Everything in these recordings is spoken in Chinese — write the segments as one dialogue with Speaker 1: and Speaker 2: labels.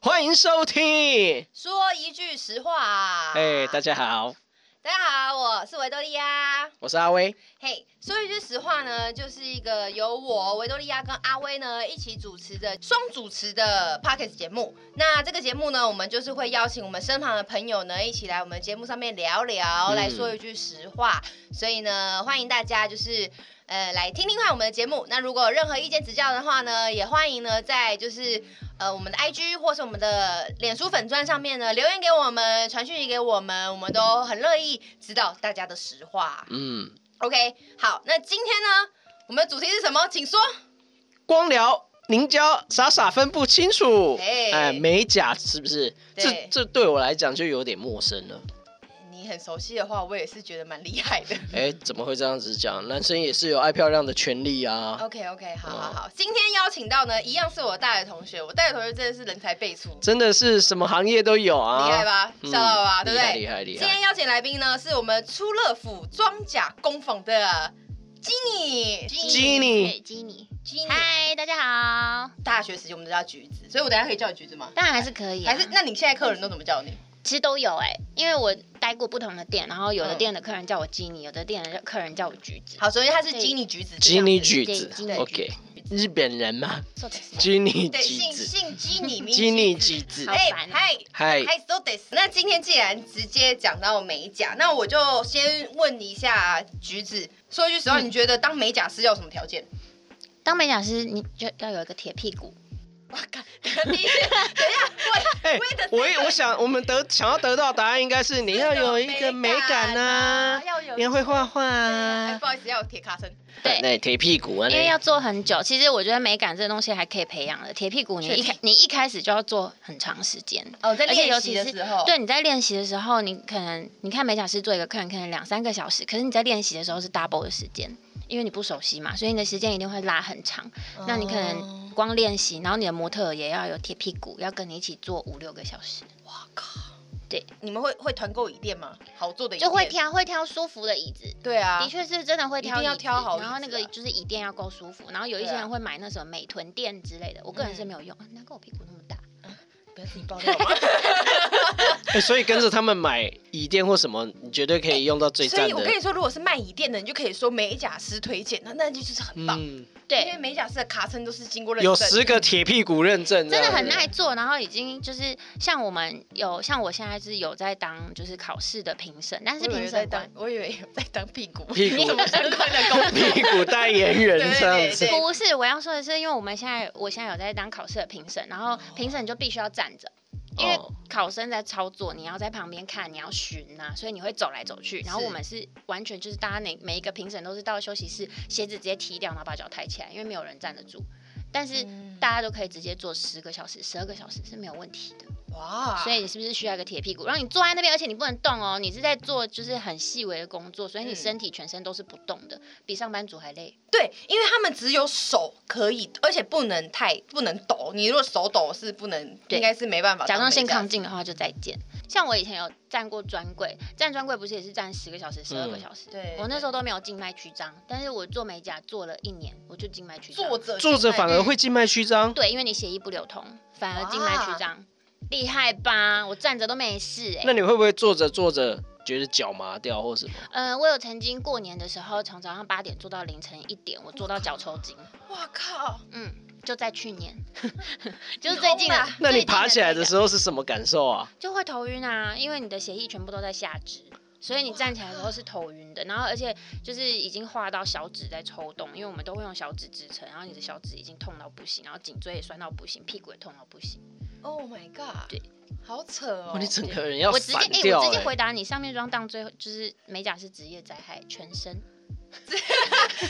Speaker 1: 欢迎收听。
Speaker 2: 说一句实话啊！
Speaker 1: 哎，大家好，
Speaker 2: 大家好，我是维多利亚。
Speaker 1: 我是阿威。
Speaker 2: 嘿、说一句实话呢，就是一个由我维多利亚跟阿威呢一起主持的双主持的 podcast 节目。那这个节目呢，我们就是会邀请我们身旁的朋友呢，一起来我们节目上面聊聊，
Speaker 1: 嗯
Speaker 2: 来说一句实话。所以呢，欢迎大家就是。呃，来听听看我们的节目。那如果有任何意见指教的话呢，也欢迎呢在就是呃我们的 IG 或是我们的脸书粉砖上面呢留言给我们，传讯息给我们，我们都很乐意知道大家的实话。
Speaker 1: 嗯，
Speaker 2: OK，好，那今天呢，我们的主题是什么？请说。
Speaker 1: 光疗凝胶傻傻分不清楚。
Speaker 2: 哎
Speaker 1: 哎，美甲是不是？这
Speaker 2: 对
Speaker 1: 这对我来讲就有点陌生了。
Speaker 2: 你很熟悉的话，我也是觉得蛮厉害 的。
Speaker 1: 哎，怎么会这样子讲？男生也是有爱漂亮的权利啊。
Speaker 2: OK OK，好好好，今天邀请到呢，一样是我大学同学，我大学同学真的是人才辈出，
Speaker 1: 真的是什么行业都有啊。
Speaker 2: 厉害？吧？
Speaker 1: 嗯
Speaker 2: 笑到了吧？对不对？
Speaker 1: 厉害厉害厉害
Speaker 2: 今天邀请来宾呢，是我们初乐府装甲工坊的基尼，
Speaker 1: 基尼
Speaker 3: 对基尼，
Speaker 2: 基尼，
Speaker 3: 嗨，大家好，
Speaker 2: 大学时期我们都叫橘子，所以我等一下可以叫你橘子吗？
Speaker 3: 当然还是可以、啊，
Speaker 2: 还是那你现在客人都怎么叫你？
Speaker 3: 其实都有哎、因为我待过不同的店，然后有的
Speaker 2: 嗯
Speaker 3: 店的客人叫我基尼，有的店的客人叫我橘子，
Speaker 2: 好，首先他是基尼橘子，
Speaker 1: 吉尼
Speaker 2: 这样子
Speaker 1: 橘
Speaker 3: 对
Speaker 1: 子
Speaker 3: 吉尼
Speaker 1: ，OK，日本人嘛，
Speaker 3: そうですね
Speaker 1: 吉尼
Speaker 2: 对，
Speaker 1: 橘
Speaker 2: 姓
Speaker 1: 子，
Speaker 2: 姓基尼，名
Speaker 1: 吉尼橘子
Speaker 3: 好。
Speaker 2: 哎
Speaker 3: 烦啊
Speaker 2: 嗨。
Speaker 1: 嗨，
Speaker 2: 嗨，so this。那今天既然直接讲到美甲，那我就先问一下橘子，说一句实话，你觉得当美甲师要有什么条件？
Speaker 3: 当美甲师，你就要有一个铁屁股，
Speaker 2: 我靠， 等一下，等一下，我
Speaker 1: 哎
Speaker 2: 我的，
Speaker 1: 我也我想，我们得想要得到的答案应该是你要有一个美感啊呐、
Speaker 2: 要有
Speaker 1: 你要会画画
Speaker 2: 哎，
Speaker 1: 啊，
Speaker 2: 不好意思，要有铁卡声。
Speaker 3: 对
Speaker 1: 那铁屁股啊，
Speaker 3: 因为
Speaker 1: 你
Speaker 3: 要做很久。其实我觉得美感这东西还可以培养的，铁屁股你一
Speaker 2: 确
Speaker 3: 开你一开始就要做很长时间。
Speaker 2: 哦，在
Speaker 3: 而且
Speaker 2: 练
Speaker 3: 尤
Speaker 2: 习
Speaker 3: 其
Speaker 2: 的
Speaker 3: 是
Speaker 2: 时候，
Speaker 3: 对，你在练习的时候，你可能你看美甲师做一个客人可能两三个小时，可是你在练习的时候是 double 的时间，因为你不熟悉嘛，所以你的时间一定会拉很长。
Speaker 2: 哦，
Speaker 3: 那你可能光练习，然后你的模特儿也要有铁屁股，要跟你一起做五六个小时，
Speaker 2: 你们会会团购椅垫吗？好做的椅
Speaker 3: 就会
Speaker 2: 垫
Speaker 3: 挑会挑舒服的椅子。
Speaker 2: 对啊，
Speaker 3: 的确是真的会挑椅
Speaker 2: 一
Speaker 3: 子，
Speaker 2: 定要挑好椅子啊
Speaker 3: 然后那个就是椅垫要够舒服，然后有一些
Speaker 2: 对啊
Speaker 3: 人会买那什么美臀垫之类的，我个人是
Speaker 2: 嗯
Speaker 3: 没有用，啊难怪我屁股那么大。
Speaker 2: 不要自己爆料 嘛。
Speaker 1: 哎所以跟着他们买椅垫或什么，你绝对可以用到最
Speaker 2: 所
Speaker 1: 赞
Speaker 2: 以我
Speaker 1: 的
Speaker 2: 跟。你说，如果是卖椅垫的，你就可以说美甲师推荐，那那就是很棒。
Speaker 1: 嗯，
Speaker 2: 因为
Speaker 3: 对，
Speaker 2: 美甲师的卡称都是经过认证，
Speaker 1: 有十个铁屁股认证，
Speaker 3: 真的很
Speaker 1: 这样
Speaker 3: 爱
Speaker 1: 子。
Speaker 3: 做，然后已经就是像我们有像我现在是有在当就是考试的评审，但是
Speaker 2: 我以为
Speaker 3: 评
Speaker 2: 在
Speaker 3: 审
Speaker 2: 当
Speaker 3: 官，
Speaker 2: 我以为有在当屁股，
Speaker 1: 屁股
Speaker 2: 你怎么相关的工 作？
Speaker 1: 屁股代言人这样子
Speaker 2: 对，
Speaker 3: 不是我要说的是，因为我们现在我现在有在当考试的评审，然后评审就必须要站着。因为
Speaker 1: 哦
Speaker 3: 考生在操作，你要在旁边看，你要巡呐、所以你会走来走去。然后
Speaker 2: 是
Speaker 3: 我们是完全就是大家每每一个评审都是到休息室，鞋子直接踢掉，然后把脚抬起来，因为没有人站得住。但是
Speaker 2: 嗯
Speaker 3: 大家都可以直接做十个小时、十二个小时是没有问题的。
Speaker 2: 哇，
Speaker 3: 所以你是不是需要一个铁屁股，让你坐在那边，而且你不能动哦，你是在做就是很细微的工作，所以你
Speaker 2: 嗯
Speaker 3: 身体全身都是不动的，比上班族还累。
Speaker 2: 对，因为他们只有手可以，而且不能太不能抖。你如果手抖是不能，
Speaker 3: 对
Speaker 2: 应该是没啊办法
Speaker 3: 甲
Speaker 2: 当美
Speaker 3: 状
Speaker 2: 甲
Speaker 3: 腺
Speaker 2: 师。
Speaker 3: 亢进的话就再见。像我以前有站过专柜，站专柜不是也是站十个小时、十二个小时？
Speaker 2: 对
Speaker 3: 我那时候都没有静脉曲张，但是我做美甲做了一年，我就静脉曲张。
Speaker 2: 坐着
Speaker 1: 坐着反而会静脉曲张。
Speaker 3: 对，因为你血液不流通，反而静脉曲张，厉害吧？我站着都没事哎、
Speaker 1: 那你会不会坐着坐着觉得脚麻掉或什么？
Speaker 3: 呃，我有曾经过年的时候，从早上八点做到凌晨一点，我做到脚抽筋。
Speaker 2: 哇靠！
Speaker 3: 嗯，就在去年， 就是最近的
Speaker 2: 你疯了。
Speaker 1: 那你爬起来的
Speaker 3: 时候。
Speaker 1: 时候是什么感受啊？
Speaker 3: 就会头晕啊，因为你的血液全部都在下肢，所以你站起来的时候是头晕的。然后而且就是已经画到小指在抽动，因为我们都会用小指支撑，然后你的小指已经痛到不行，然后颈椎也酸到不行，屁股也痛到不行。
Speaker 2: Oh my god！
Speaker 3: 对，
Speaker 2: 好扯哦
Speaker 1: 哇，你整个人要
Speaker 3: 我直接
Speaker 1: 散
Speaker 3: 哎、
Speaker 1: 掉
Speaker 3: 我直接哎
Speaker 1: 哎。
Speaker 3: 回答你，上面装当最后就是美甲是职业灾害，全身。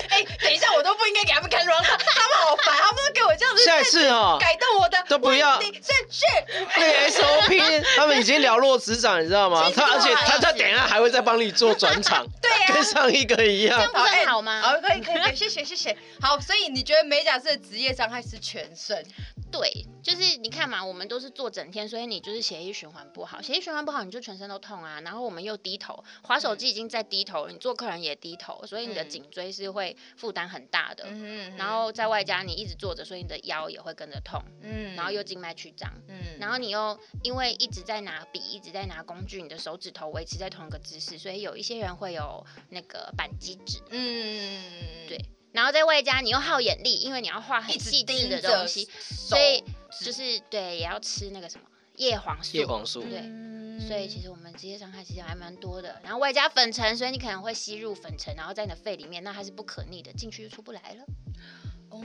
Speaker 2: 哎、等一下，我都不应该给他们看 run，他们好烦，他们都给我这样子
Speaker 1: 下一次哦，
Speaker 2: 改动我的
Speaker 1: 都不要
Speaker 2: 问题正确。
Speaker 1: 那个 SOP 他们已经了若指掌，你知道吗？
Speaker 2: 其实
Speaker 1: 他而且
Speaker 2: 我还
Speaker 1: 他
Speaker 2: 了
Speaker 1: 他
Speaker 2: 解
Speaker 1: 等一下还会再帮你做转场，
Speaker 2: 对啊呀、
Speaker 1: 跟上一个一
Speaker 3: 这样
Speaker 1: 样。
Speaker 3: 不是很好吗？
Speaker 2: 哎好，可以可以，可以谢谢谢 谢。好，所以你觉得美甲师的职业伤害是全身？
Speaker 3: 对，就是你看嘛，我们都是做整天，所以你就是血液循环不好，血液循环不好，你就全身都痛啊。然后我们又低头，滑手机已经在低头了，你做客人也低头，所以你的
Speaker 2: 嗯
Speaker 3: 颈椎是会负担很大的。
Speaker 2: 嗯
Speaker 3: 然后在外加你一直坐着，所以你的腰也会跟着痛，
Speaker 2: 嗯
Speaker 3: 然后又静脉曲张。
Speaker 2: 嗯
Speaker 3: 然后你又因为一直在拿笔，一直在拿工具，你的手指头维持在同一个姿势，所以有一些人会有那个板机指。
Speaker 2: 嗯
Speaker 3: 对然后在外加你又耗眼力，因为你要画很
Speaker 2: 一直
Speaker 3: 细致
Speaker 2: 盯
Speaker 3: 的
Speaker 2: 着
Speaker 3: 东西，
Speaker 2: 所
Speaker 3: 所以
Speaker 2: 指
Speaker 3: 就是对，也要吃那个什么叶黄素。
Speaker 1: 叶黄
Speaker 2: 嗯
Speaker 1: 素，
Speaker 3: 对所以其实我们职业伤害其实还蛮多的，然后外加粉尘，所以你可能会吸入粉尘，然后在你的肺里面，那它是不可逆的，进去就出不来了。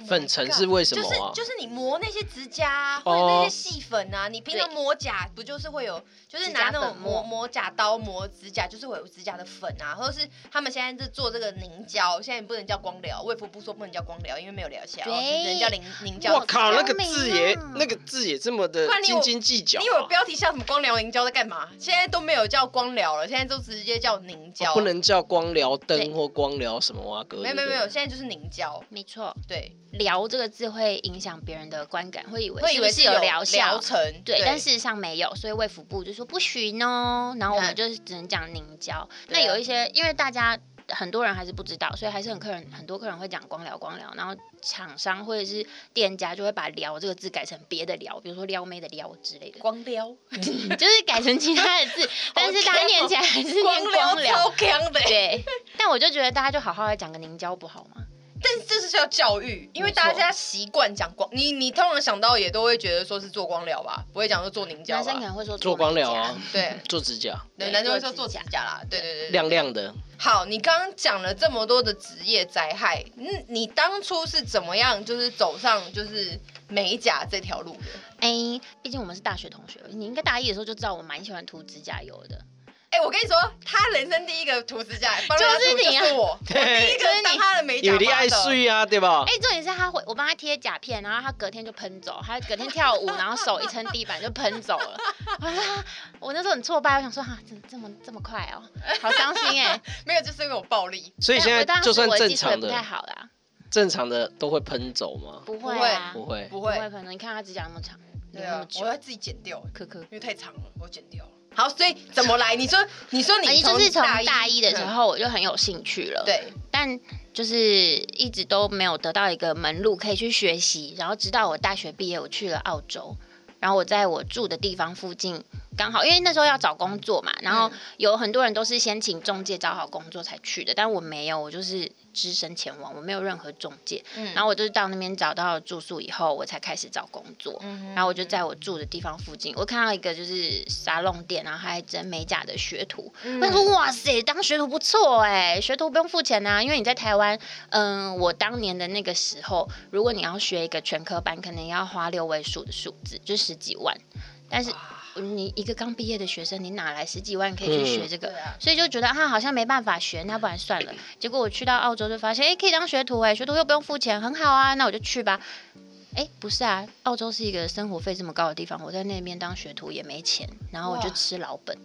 Speaker 1: 粉尘是为什么啊
Speaker 2: Oh 就是就是你磨那些指甲啊，或
Speaker 1: 哦
Speaker 2: 者那些细粉啊，你平常
Speaker 3: 对
Speaker 2: 磨甲不就是会有，就是拿那
Speaker 3: 指甲
Speaker 2: 种
Speaker 3: 粉
Speaker 2: 磨
Speaker 3: 末
Speaker 2: 磨甲刀磨指甲，就是会有指甲的粉啊，或者是他们现在是做这个凝胶，现在也不能叫光疗，卫福部说不能叫光疗，因为没有疗效，
Speaker 3: 对
Speaker 2: 只能叫凝凝胶。
Speaker 1: 我靠，那
Speaker 3: 那
Speaker 1: 个
Speaker 3: 明
Speaker 1: 字也
Speaker 3: 啊
Speaker 1: 那个字也这么的
Speaker 2: 不然你有
Speaker 1: 斤斤计较
Speaker 2: 你
Speaker 1: 啊，
Speaker 2: 以为标题像什么光疗凝胶在干嘛？现在都没有叫光疗了，现在都直接叫凝胶。
Speaker 1: 哦不，能叫光疗灯
Speaker 3: 对
Speaker 1: 或光疗什么啊，哥？
Speaker 2: 没有
Speaker 1: 对
Speaker 2: 没有
Speaker 1: 不
Speaker 2: 没有，
Speaker 1: 对
Speaker 2: 现在就是凝胶。
Speaker 3: 没错，
Speaker 2: 对，
Speaker 3: 疗这个字会影响别人的观感，会以为
Speaker 2: 会以为
Speaker 3: 不
Speaker 2: 是
Speaker 3: 是
Speaker 2: 有
Speaker 3: 疗效
Speaker 2: 疗。程，
Speaker 3: 对，但事实上没有，所以卫福部就说不行哦，然后我
Speaker 2: 嗯
Speaker 3: 们就是只能讲凝胶。那
Speaker 2: 对啊
Speaker 3: 有一些，因为大家很多人还是不知道，所以还是很客人很多客人会讲光疗光疗，然后厂商或者是店家就会把疗这个字改成别的疗，比如说撩妹的撩之类的，
Speaker 2: 光疗，
Speaker 3: 就是改成其他的 字，但是大家念起来还是念
Speaker 2: 光
Speaker 3: 光疗。
Speaker 2: 超强 的。
Speaker 3: 对，但我就觉得大家就好好的讲个凝胶不好吗？
Speaker 2: 但是这是要教育，因为
Speaker 3: 没错
Speaker 2: 大家习惯讲光，你你通常想到也都会觉得说是做光疗吧，不会讲说做凝胶
Speaker 3: 男生可
Speaker 2: 吧？
Speaker 3: 能会说
Speaker 1: 做光疗啊
Speaker 3: 美甲，
Speaker 2: 对，
Speaker 1: 做指甲
Speaker 2: 对，
Speaker 3: 对
Speaker 2: 男生会说做
Speaker 3: 做
Speaker 2: 指
Speaker 3: 指甲
Speaker 2: 甲啦，对对对对。
Speaker 1: 亮亮的，
Speaker 2: 好，你刚刚讲了这么多的职业灾害，嗯，你当初是怎么样就是走上就是美甲这条路的？
Speaker 3: 哎、毕竟我们是大学同学，你应该大一的时候就知道我蛮喜欢涂指甲油的。
Speaker 2: 哎、我跟你说，他人生第一个涂指甲，帮
Speaker 3: 就
Speaker 2: 他涂
Speaker 3: 是你啊
Speaker 2: 就是 我，我第一
Speaker 1: 对，
Speaker 2: 个当他的美 甲
Speaker 1: 有
Speaker 2: 发
Speaker 1: 的
Speaker 2: 的。
Speaker 1: 爱睡啊，对吧
Speaker 3: 哎、？重点是他会，我帮他贴甲片，然后他隔天就喷走，他隔天跳舞，然后手一撑地板就喷走了。 我说啊我那时候很挫败，我想说啊，怎么这么这么快哦，好伤心哎、
Speaker 2: 没有，就是因为我暴力。
Speaker 1: 所以现
Speaker 3: 但我
Speaker 1: 在
Speaker 3: 当时
Speaker 1: 就算
Speaker 3: 我的
Speaker 1: 正
Speaker 3: 技术也
Speaker 1: 常
Speaker 3: 不太
Speaker 1: 的，
Speaker 3: 好啦，
Speaker 1: 正常的都会喷走吗？
Speaker 3: 不
Speaker 2: 会
Speaker 3: 会啊，
Speaker 1: 不会，
Speaker 2: 不
Speaker 3: 不
Speaker 2: 会，
Speaker 3: 会喷的。你看他指甲那么长，
Speaker 2: 对
Speaker 3: 留那
Speaker 2: 啊
Speaker 3: 么，
Speaker 2: 我
Speaker 3: 久，
Speaker 2: 要自己剪掉，
Speaker 3: 可可。
Speaker 2: 因为太长了，我剪掉了。好，所以怎么来？你说，你说
Speaker 3: 哎
Speaker 2: 你
Speaker 3: 就是从
Speaker 2: 大
Speaker 3: 大一的时，候我就很有兴趣了，
Speaker 2: 嗯，对，
Speaker 3: 但就是一直都没有得到一个门路可以去学习，然后直到我大学毕业，我去了澳洲，然后我在我住的地方附近，刚好因为那时候要找工作
Speaker 2: 嗯
Speaker 3: 嘛，然后有很多人都是先请中介找好工作才去的，但我没有，我就是只身前往，我没有任何中介，
Speaker 2: 嗯
Speaker 3: 然后我就是到那边找到了住宿以后，我才开始找工作，
Speaker 2: 嗯
Speaker 3: 然后我就在我住的地方附近，我看到一个就是沙龙店，然后还整美甲的学徒，
Speaker 2: 嗯
Speaker 3: 我想说哇塞，当学徒不错哎，学徒不用付钱呐、因为你在台湾，嗯，我当年的那个时候，如果你要学一个全科班，可能要花六位数的数字，就十几万，但是你一个刚毕业的学生，你哪来十几万可以去学这个？
Speaker 2: 嗯对啊
Speaker 3: 所以就觉得啊，好像没办法学，那不然算了。结果我去到澳洲就发现，哎、可以当学徒哎、学徒又不用付钱，很好啊，那我就去吧。哎、不是啊，澳洲是一个生活费这么高的地方，我在那边当学徒也没钱，然后我就
Speaker 2: 哇
Speaker 3: 吃老本，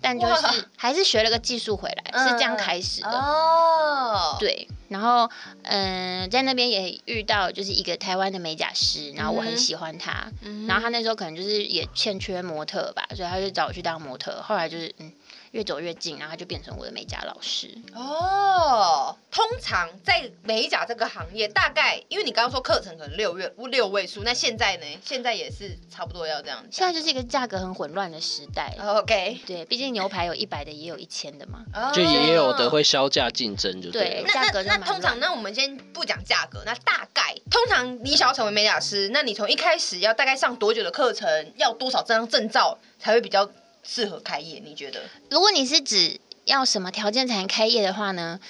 Speaker 3: 但就
Speaker 2: 哇嗯
Speaker 3: 是还是学了个技术回来，是这样开始的。嗯
Speaker 2: 哦，
Speaker 3: 对，然后嗯，在那边也遇到就是一个台湾的美甲师，然后我
Speaker 2: 嗯哼
Speaker 3: 很喜欢他，
Speaker 2: 嗯
Speaker 3: 然后他那时候可能就是也欠缺模特吧，所以他就找我去当模特，后来就是嗯。越走越近，然后他就变成我的美甲老师。
Speaker 2: 哦，通常在美甲这个行业，大概因为你刚刚说课程可能六月六位数，那现在呢？现在也是差不多要这样
Speaker 3: 现在就是一个价格很混乱的时代，
Speaker 2: 哦，OK，
Speaker 3: 对，毕竟牛排有一百的，也有一千的嘛。
Speaker 2: 哦
Speaker 1: 就也有的。会销价竞争，就对
Speaker 3: 对
Speaker 1: 了。
Speaker 2: 那
Speaker 3: 价
Speaker 2: 那
Speaker 3: 格就
Speaker 2: 那
Speaker 3: 蛮
Speaker 2: 通常，
Speaker 3: 乱
Speaker 2: 那我们先不讲价格，那大概通常你想要成为美甲师，那你从一开始要大概上多久的课程，要多少张证照才会比较适合开业？你觉得？
Speaker 3: 如果你是指要什么条件才能开业的话呢？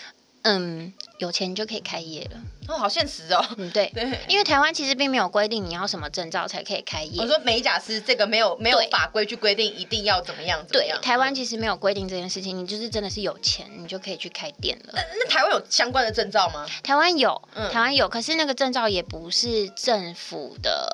Speaker 3: 嗯，有钱就可以开业了。
Speaker 2: 哦，好现实哦。
Speaker 3: 嗯，对，
Speaker 2: 对，
Speaker 3: 因为台湾其实并没有规定你要什么证照才可以开业
Speaker 2: 我。说美甲师这个没有没有
Speaker 3: 对
Speaker 2: 法规去规定一定要怎么样怎么
Speaker 3: 对
Speaker 2: 样。，
Speaker 3: 台湾其实没有规定这件事情，你就是真的是有钱，你就可以去开店了。
Speaker 2: 那台湾有相关的证照吗？
Speaker 3: 台湾有，
Speaker 2: 嗯
Speaker 3: 台湾有，可是那个证照也不是政府的，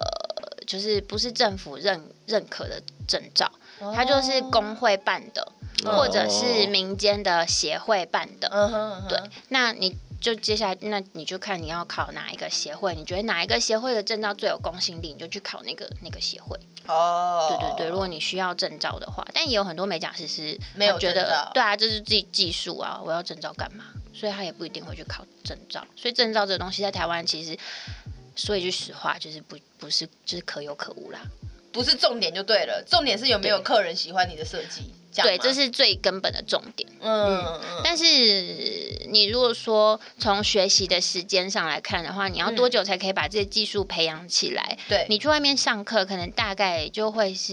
Speaker 3: 就是不是政府认认可的证照，
Speaker 2: 哦
Speaker 3: 它哦就是工会办的，
Speaker 1: 哦
Speaker 3: 或者是民间的协会办的。
Speaker 2: 嗯哼，嗯哼
Speaker 3: 对，那你就接下来，那你就看你要考哪一个协会，你觉得哪一个协会的证照最有公信力，你就去考那个那个协会。
Speaker 2: 哦，
Speaker 3: 对对对，如果你需要证照的话，但也有很多美甲师是
Speaker 2: 没有
Speaker 3: 他觉
Speaker 2: 证照
Speaker 3: 得，对啊，这是自己技术啊，我要证照干嘛？所以他也不一定会去考证照。所以证照这个东西在台湾其实。说一句实话，就是不不是就是可有可无啦。
Speaker 2: 不是重点就对了，重点是有没有客人喜欢你的设计。样
Speaker 3: 对，
Speaker 2: 吗
Speaker 3: 这是最根本的重点。
Speaker 2: 嗯嗯
Speaker 3: 但是你如果说从学习的时间上来看的话，你要
Speaker 2: 嗯
Speaker 3: 多久才可以把这些技术培养起来？
Speaker 2: 对
Speaker 3: 你去外面上课，可能大概就会是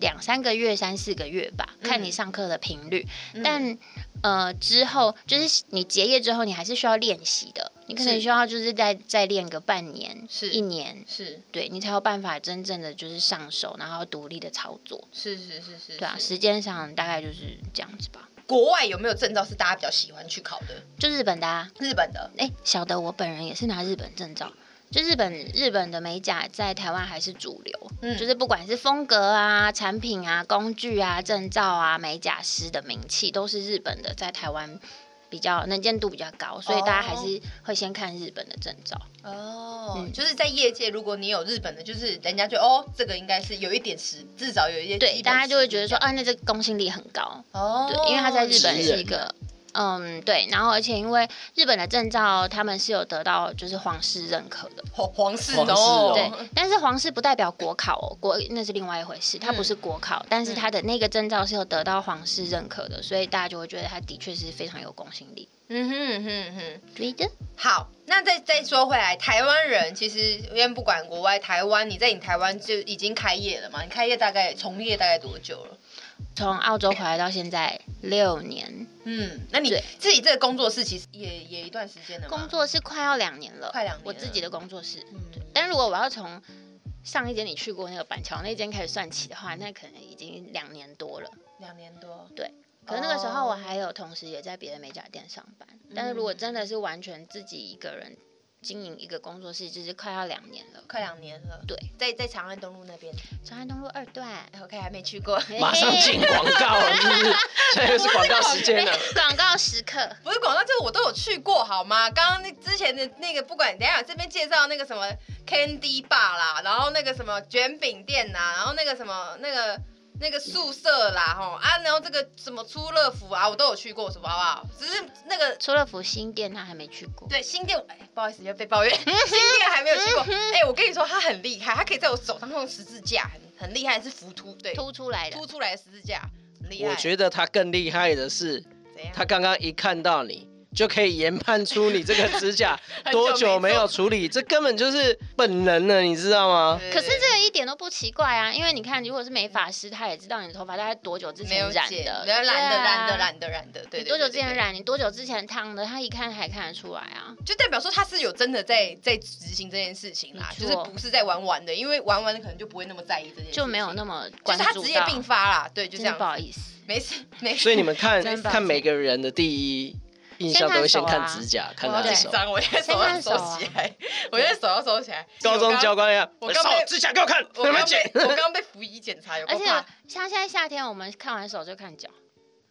Speaker 3: 两三个月、三四个月吧，看你上课的频率。
Speaker 2: 嗯
Speaker 3: 但呃，之后就是你结业之后，你还是需要练习的。你可
Speaker 2: 是
Speaker 3: 能需要就是再再练个半年、
Speaker 2: 是
Speaker 3: 一年，
Speaker 2: 是
Speaker 3: 对你才有办法真正的就是上手，然后独立的操作。
Speaker 2: 是是是是，
Speaker 3: 对啊，
Speaker 2: 是
Speaker 3: 时间上大概就是这样子吧。
Speaker 2: 国外有没有证照是大家比较喜欢去考的？
Speaker 3: 就日本的、啊，
Speaker 2: 日本的
Speaker 3: 哎、小的我本人也是拿日本证照。就日本日本的美甲在台湾还是主流，
Speaker 2: 嗯
Speaker 3: 就是不管是风格啊、产品啊、工具啊、证照啊、美甲师的名气都是日本的，在台湾比较能见度比较高，所以大家还是会先看日本的证照。
Speaker 2: 哦，
Speaker 3: 嗯
Speaker 2: 就是在业界，如果你有日本的，就是人家觉得哦，这个应该是有一点实，至少有一些
Speaker 3: 对，
Speaker 2: 基本
Speaker 3: 大家就会觉得说，
Speaker 2: 实力
Speaker 3: 啊，那这个公信力很高，
Speaker 2: 哦，
Speaker 3: 对，因为他在日本
Speaker 1: 是
Speaker 3: 是一个。嗯，对，然后而且因为日本的证照，他们是有得到就是皇室认可的，
Speaker 2: 皇皇室
Speaker 1: 皇室哦
Speaker 3: 对，但是皇室不代表国考哦，国那是另外一回事，它不是国考，但是它的那个证照是有得到皇室认可的，所以大家就会觉得它的确是非常有公信力。
Speaker 2: 嗯哼嗯哼嗯哼。
Speaker 3: 觉得
Speaker 2: 好，那再再说回来，台湾人其实因为不管国外，台湾你在你台湾就已经开业了嘛？你开业大概从业大概多久了？
Speaker 3: 从澳洲回来到现在六年，
Speaker 2: 嗯，那你
Speaker 3: 对
Speaker 2: 自己这个工作室其实也也一段时间了吗，
Speaker 3: 工作是快要两年了，
Speaker 2: 快两年了
Speaker 3: 我自己的工作室。
Speaker 2: 嗯，
Speaker 3: 但如果我要从上一间你去过那个板桥那间开始算起的话，那可能已经两年多了。
Speaker 2: 两年多，
Speaker 3: 可是那个时候
Speaker 2: 哦嗯
Speaker 3: 我还有同时也在别的美甲店上班，但是如果真的是完全自己一个人经营一个工作室，就是快要两年了。
Speaker 2: 快两年了。
Speaker 3: 对，
Speaker 2: 在在长安东路那边
Speaker 3: 长安东路二段。
Speaker 2: 哎，OK，还没去过，
Speaker 1: 马上进广告了，是不是？现在又是广告时间了。
Speaker 3: 广告时刻，
Speaker 2: 不是广告，这个我都有去过，好吗？刚刚那之前的那个，不管等一下这边介绍那个什么 Candy Bar 啦，然后那个什么卷饼店呐、然后那个什么那个那个宿舍啦，吼啊，然后这个什么初乐府啊，我都有去过，什么好不好？只是那个
Speaker 3: 除了福星店，他还没去过。
Speaker 2: 对新店，哎，不好意思，又被抱怨， 新店还没有去过。哎、我跟你说，他很厉害，他可以在我手上弄十字架，很很厉害，是浮凸，对，
Speaker 3: 凸出来的
Speaker 2: 凸出来的十字架，很 厉害。
Speaker 1: 我觉得他更厉害的是，
Speaker 2: 怎样？
Speaker 1: 他刚刚一看到你。就可以研判出你这个指甲
Speaker 2: 很久
Speaker 1: 多
Speaker 2: 没
Speaker 1: 久没
Speaker 2: 做
Speaker 1: 有啊处理，这根本就是本能了，你知道 吗？
Speaker 2: 对
Speaker 3: 可是这个一点都不奇怪啊，因为你看，如果是美发师，他也知道你的头发大概多久之
Speaker 2: 没有
Speaker 3: 前染
Speaker 2: 剪
Speaker 3: 的，
Speaker 2: 没有染的，
Speaker 3: 对啊
Speaker 2: 染的，。染的，染的，对，
Speaker 3: 你
Speaker 2: 对
Speaker 3: 多久之前？
Speaker 2: 对对对
Speaker 3: 染？你多久之前烫的？他一看还看得出来啊。
Speaker 2: 就代表说他是有真的在在执行这件事情啦，
Speaker 3: 没
Speaker 2: 就
Speaker 3: 错
Speaker 2: 是不是在玩玩的，因为玩玩的可能就不会那么在意这件事情，
Speaker 3: 就没有那么
Speaker 2: 就
Speaker 3: 关
Speaker 2: 是
Speaker 3: 注
Speaker 2: 他
Speaker 3: 到。
Speaker 2: 职业病发啦，对，就
Speaker 3: 真
Speaker 2: 这
Speaker 3: 的不
Speaker 2: 样，
Speaker 3: 好意思。
Speaker 2: 没事没事。
Speaker 1: 所以你们看
Speaker 3: 真的
Speaker 1: 看每个人的第一印象都会先看指甲，看
Speaker 2: 我
Speaker 1: 他
Speaker 2: 好
Speaker 1: 的
Speaker 2: 紧
Speaker 1: 手。
Speaker 2: 张，我现在手要
Speaker 3: 先看手
Speaker 2: 收
Speaker 3: 啊
Speaker 2: 起来，我现在手要收起来。
Speaker 1: 高中教官哎呀，
Speaker 2: 我刚被
Speaker 1: 手指甲给我看，
Speaker 2: 我
Speaker 1: 有
Speaker 2: 刚
Speaker 1: 没有
Speaker 2: 刚
Speaker 1: 剪
Speaker 2: 被？我刚刚被服仪检查，有够
Speaker 3: 而且
Speaker 2: 怕
Speaker 3: 像现在夏天，我们看完手就看脚，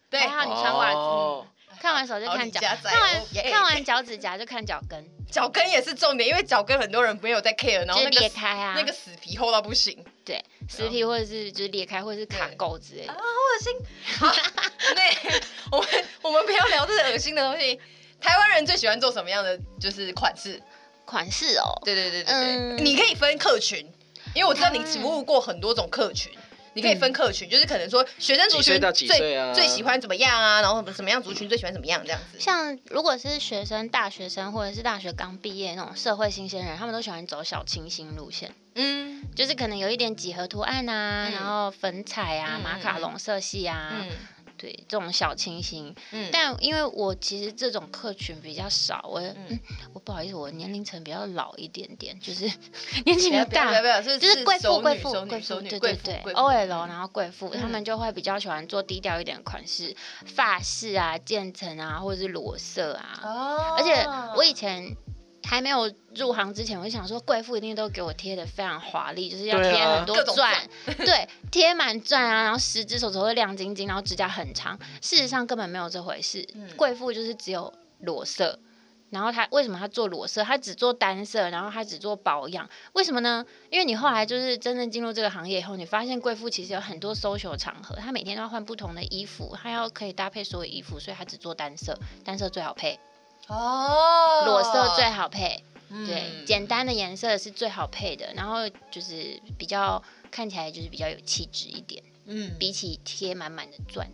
Speaker 2: 对，
Speaker 3: 还好你穿袜子
Speaker 1: 哦
Speaker 3: 看完手就看脚，
Speaker 2: 哎好李家仔
Speaker 3: 看完
Speaker 2: 哦耶
Speaker 3: 看完脚趾甲就看脚跟，
Speaker 2: 脚跟也是重点，因为脚跟很多人没有在 care，然
Speaker 3: 就
Speaker 2: 后
Speaker 3: 是
Speaker 2: 那
Speaker 3: 裂
Speaker 2: 个
Speaker 3: 开啊，
Speaker 2: 那个嗯死皮厚到不行，
Speaker 3: 对，实体或者是就是裂开，或者是卡垢之类的。
Speaker 2: 恶心。好， 那我们我们不要聊这个恶心的东西。台湾人最喜欢做什么样的就是款式？
Speaker 3: 款式哦，
Speaker 2: 对对对对对，
Speaker 3: 嗯
Speaker 2: 你可以分客群，因为我知道你服务过很多种客群。你
Speaker 3: 嗯
Speaker 2: 可以分客群，就是可能说学生族
Speaker 1: 几岁
Speaker 2: 群
Speaker 1: 到
Speaker 2: 最
Speaker 1: 几岁啊
Speaker 2: 最喜欢怎么样啊，然后什么什么样族群最喜欢怎么样这样子。
Speaker 3: 像如果是学生、大学生或者是大学刚毕业那种社会新鲜人，他们都喜欢走小清新路线，
Speaker 2: 嗯
Speaker 3: 就是可能有一点几何图案啊，
Speaker 2: 嗯
Speaker 3: 然后粉彩啊、
Speaker 2: 嗯
Speaker 3: 马卡龙色系啊，
Speaker 2: 嗯，
Speaker 3: 对这种小清新。
Speaker 2: 嗯，
Speaker 3: 但因为我其实这种客群比较少，我、
Speaker 2: 嗯
Speaker 3: 嗯、我不好意思，我年龄层比较老一点点， 就是年纪比较
Speaker 2: 不要
Speaker 3: 大
Speaker 2: 不要，不要，是
Speaker 3: 就是贵妇、
Speaker 2: 熟
Speaker 3: 贵
Speaker 2: 女
Speaker 3: 妇
Speaker 2: 熟、女
Speaker 3: 贵
Speaker 2: 熟
Speaker 3: 妇，
Speaker 2: 女
Speaker 3: 对
Speaker 2: 贵
Speaker 3: 对
Speaker 2: 妇
Speaker 3: 对
Speaker 2: 贵妇
Speaker 3: ，OL 然后贵妇，他
Speaker 2: 嗯
Speaker 3: 们就会比较喜欢做低调一点的款式，发饰啊、渐层啊，或者是裸色啊。
Speaker 2: 哦，
Speaker 3: 而且我以前还没有入行之前，我就想说，贵妇一定都给我贴的非常华丽，就是要
Speaker 1: 对
Speaker 3: 贴
Speaker 1: 啊
Speaker 3: 很多
Speaker 2: 各种
Speaker 3: 钻，对，贴满钻啊，然后十只手指头会亮晶晶，然后指甲很长。事实上根本没有这回事
Speaker 2: 嗯，
Speaker 3: 贵妇就是只有裸色。然后她为什么她做裸色？她只做单色，然后她只做保养，为什么呢？因为你后来就是真正进入这个行业以后，你发现贵妇其实有很多 social 场合，她每天都要换不同的衣服，她要可以搭配所有衣服，所以她只做单色，单色最好配，
Speaker 2: 哦，
Speaker 3: 裸色最好配，对，
Speaker 2: 嗯
Speaker 3: 简单的颜色是最好配的，然后就是比较看起来就是比较有气质一点，
Speaker 2: 嗯，
Speaker 3: 比起贴满满的钻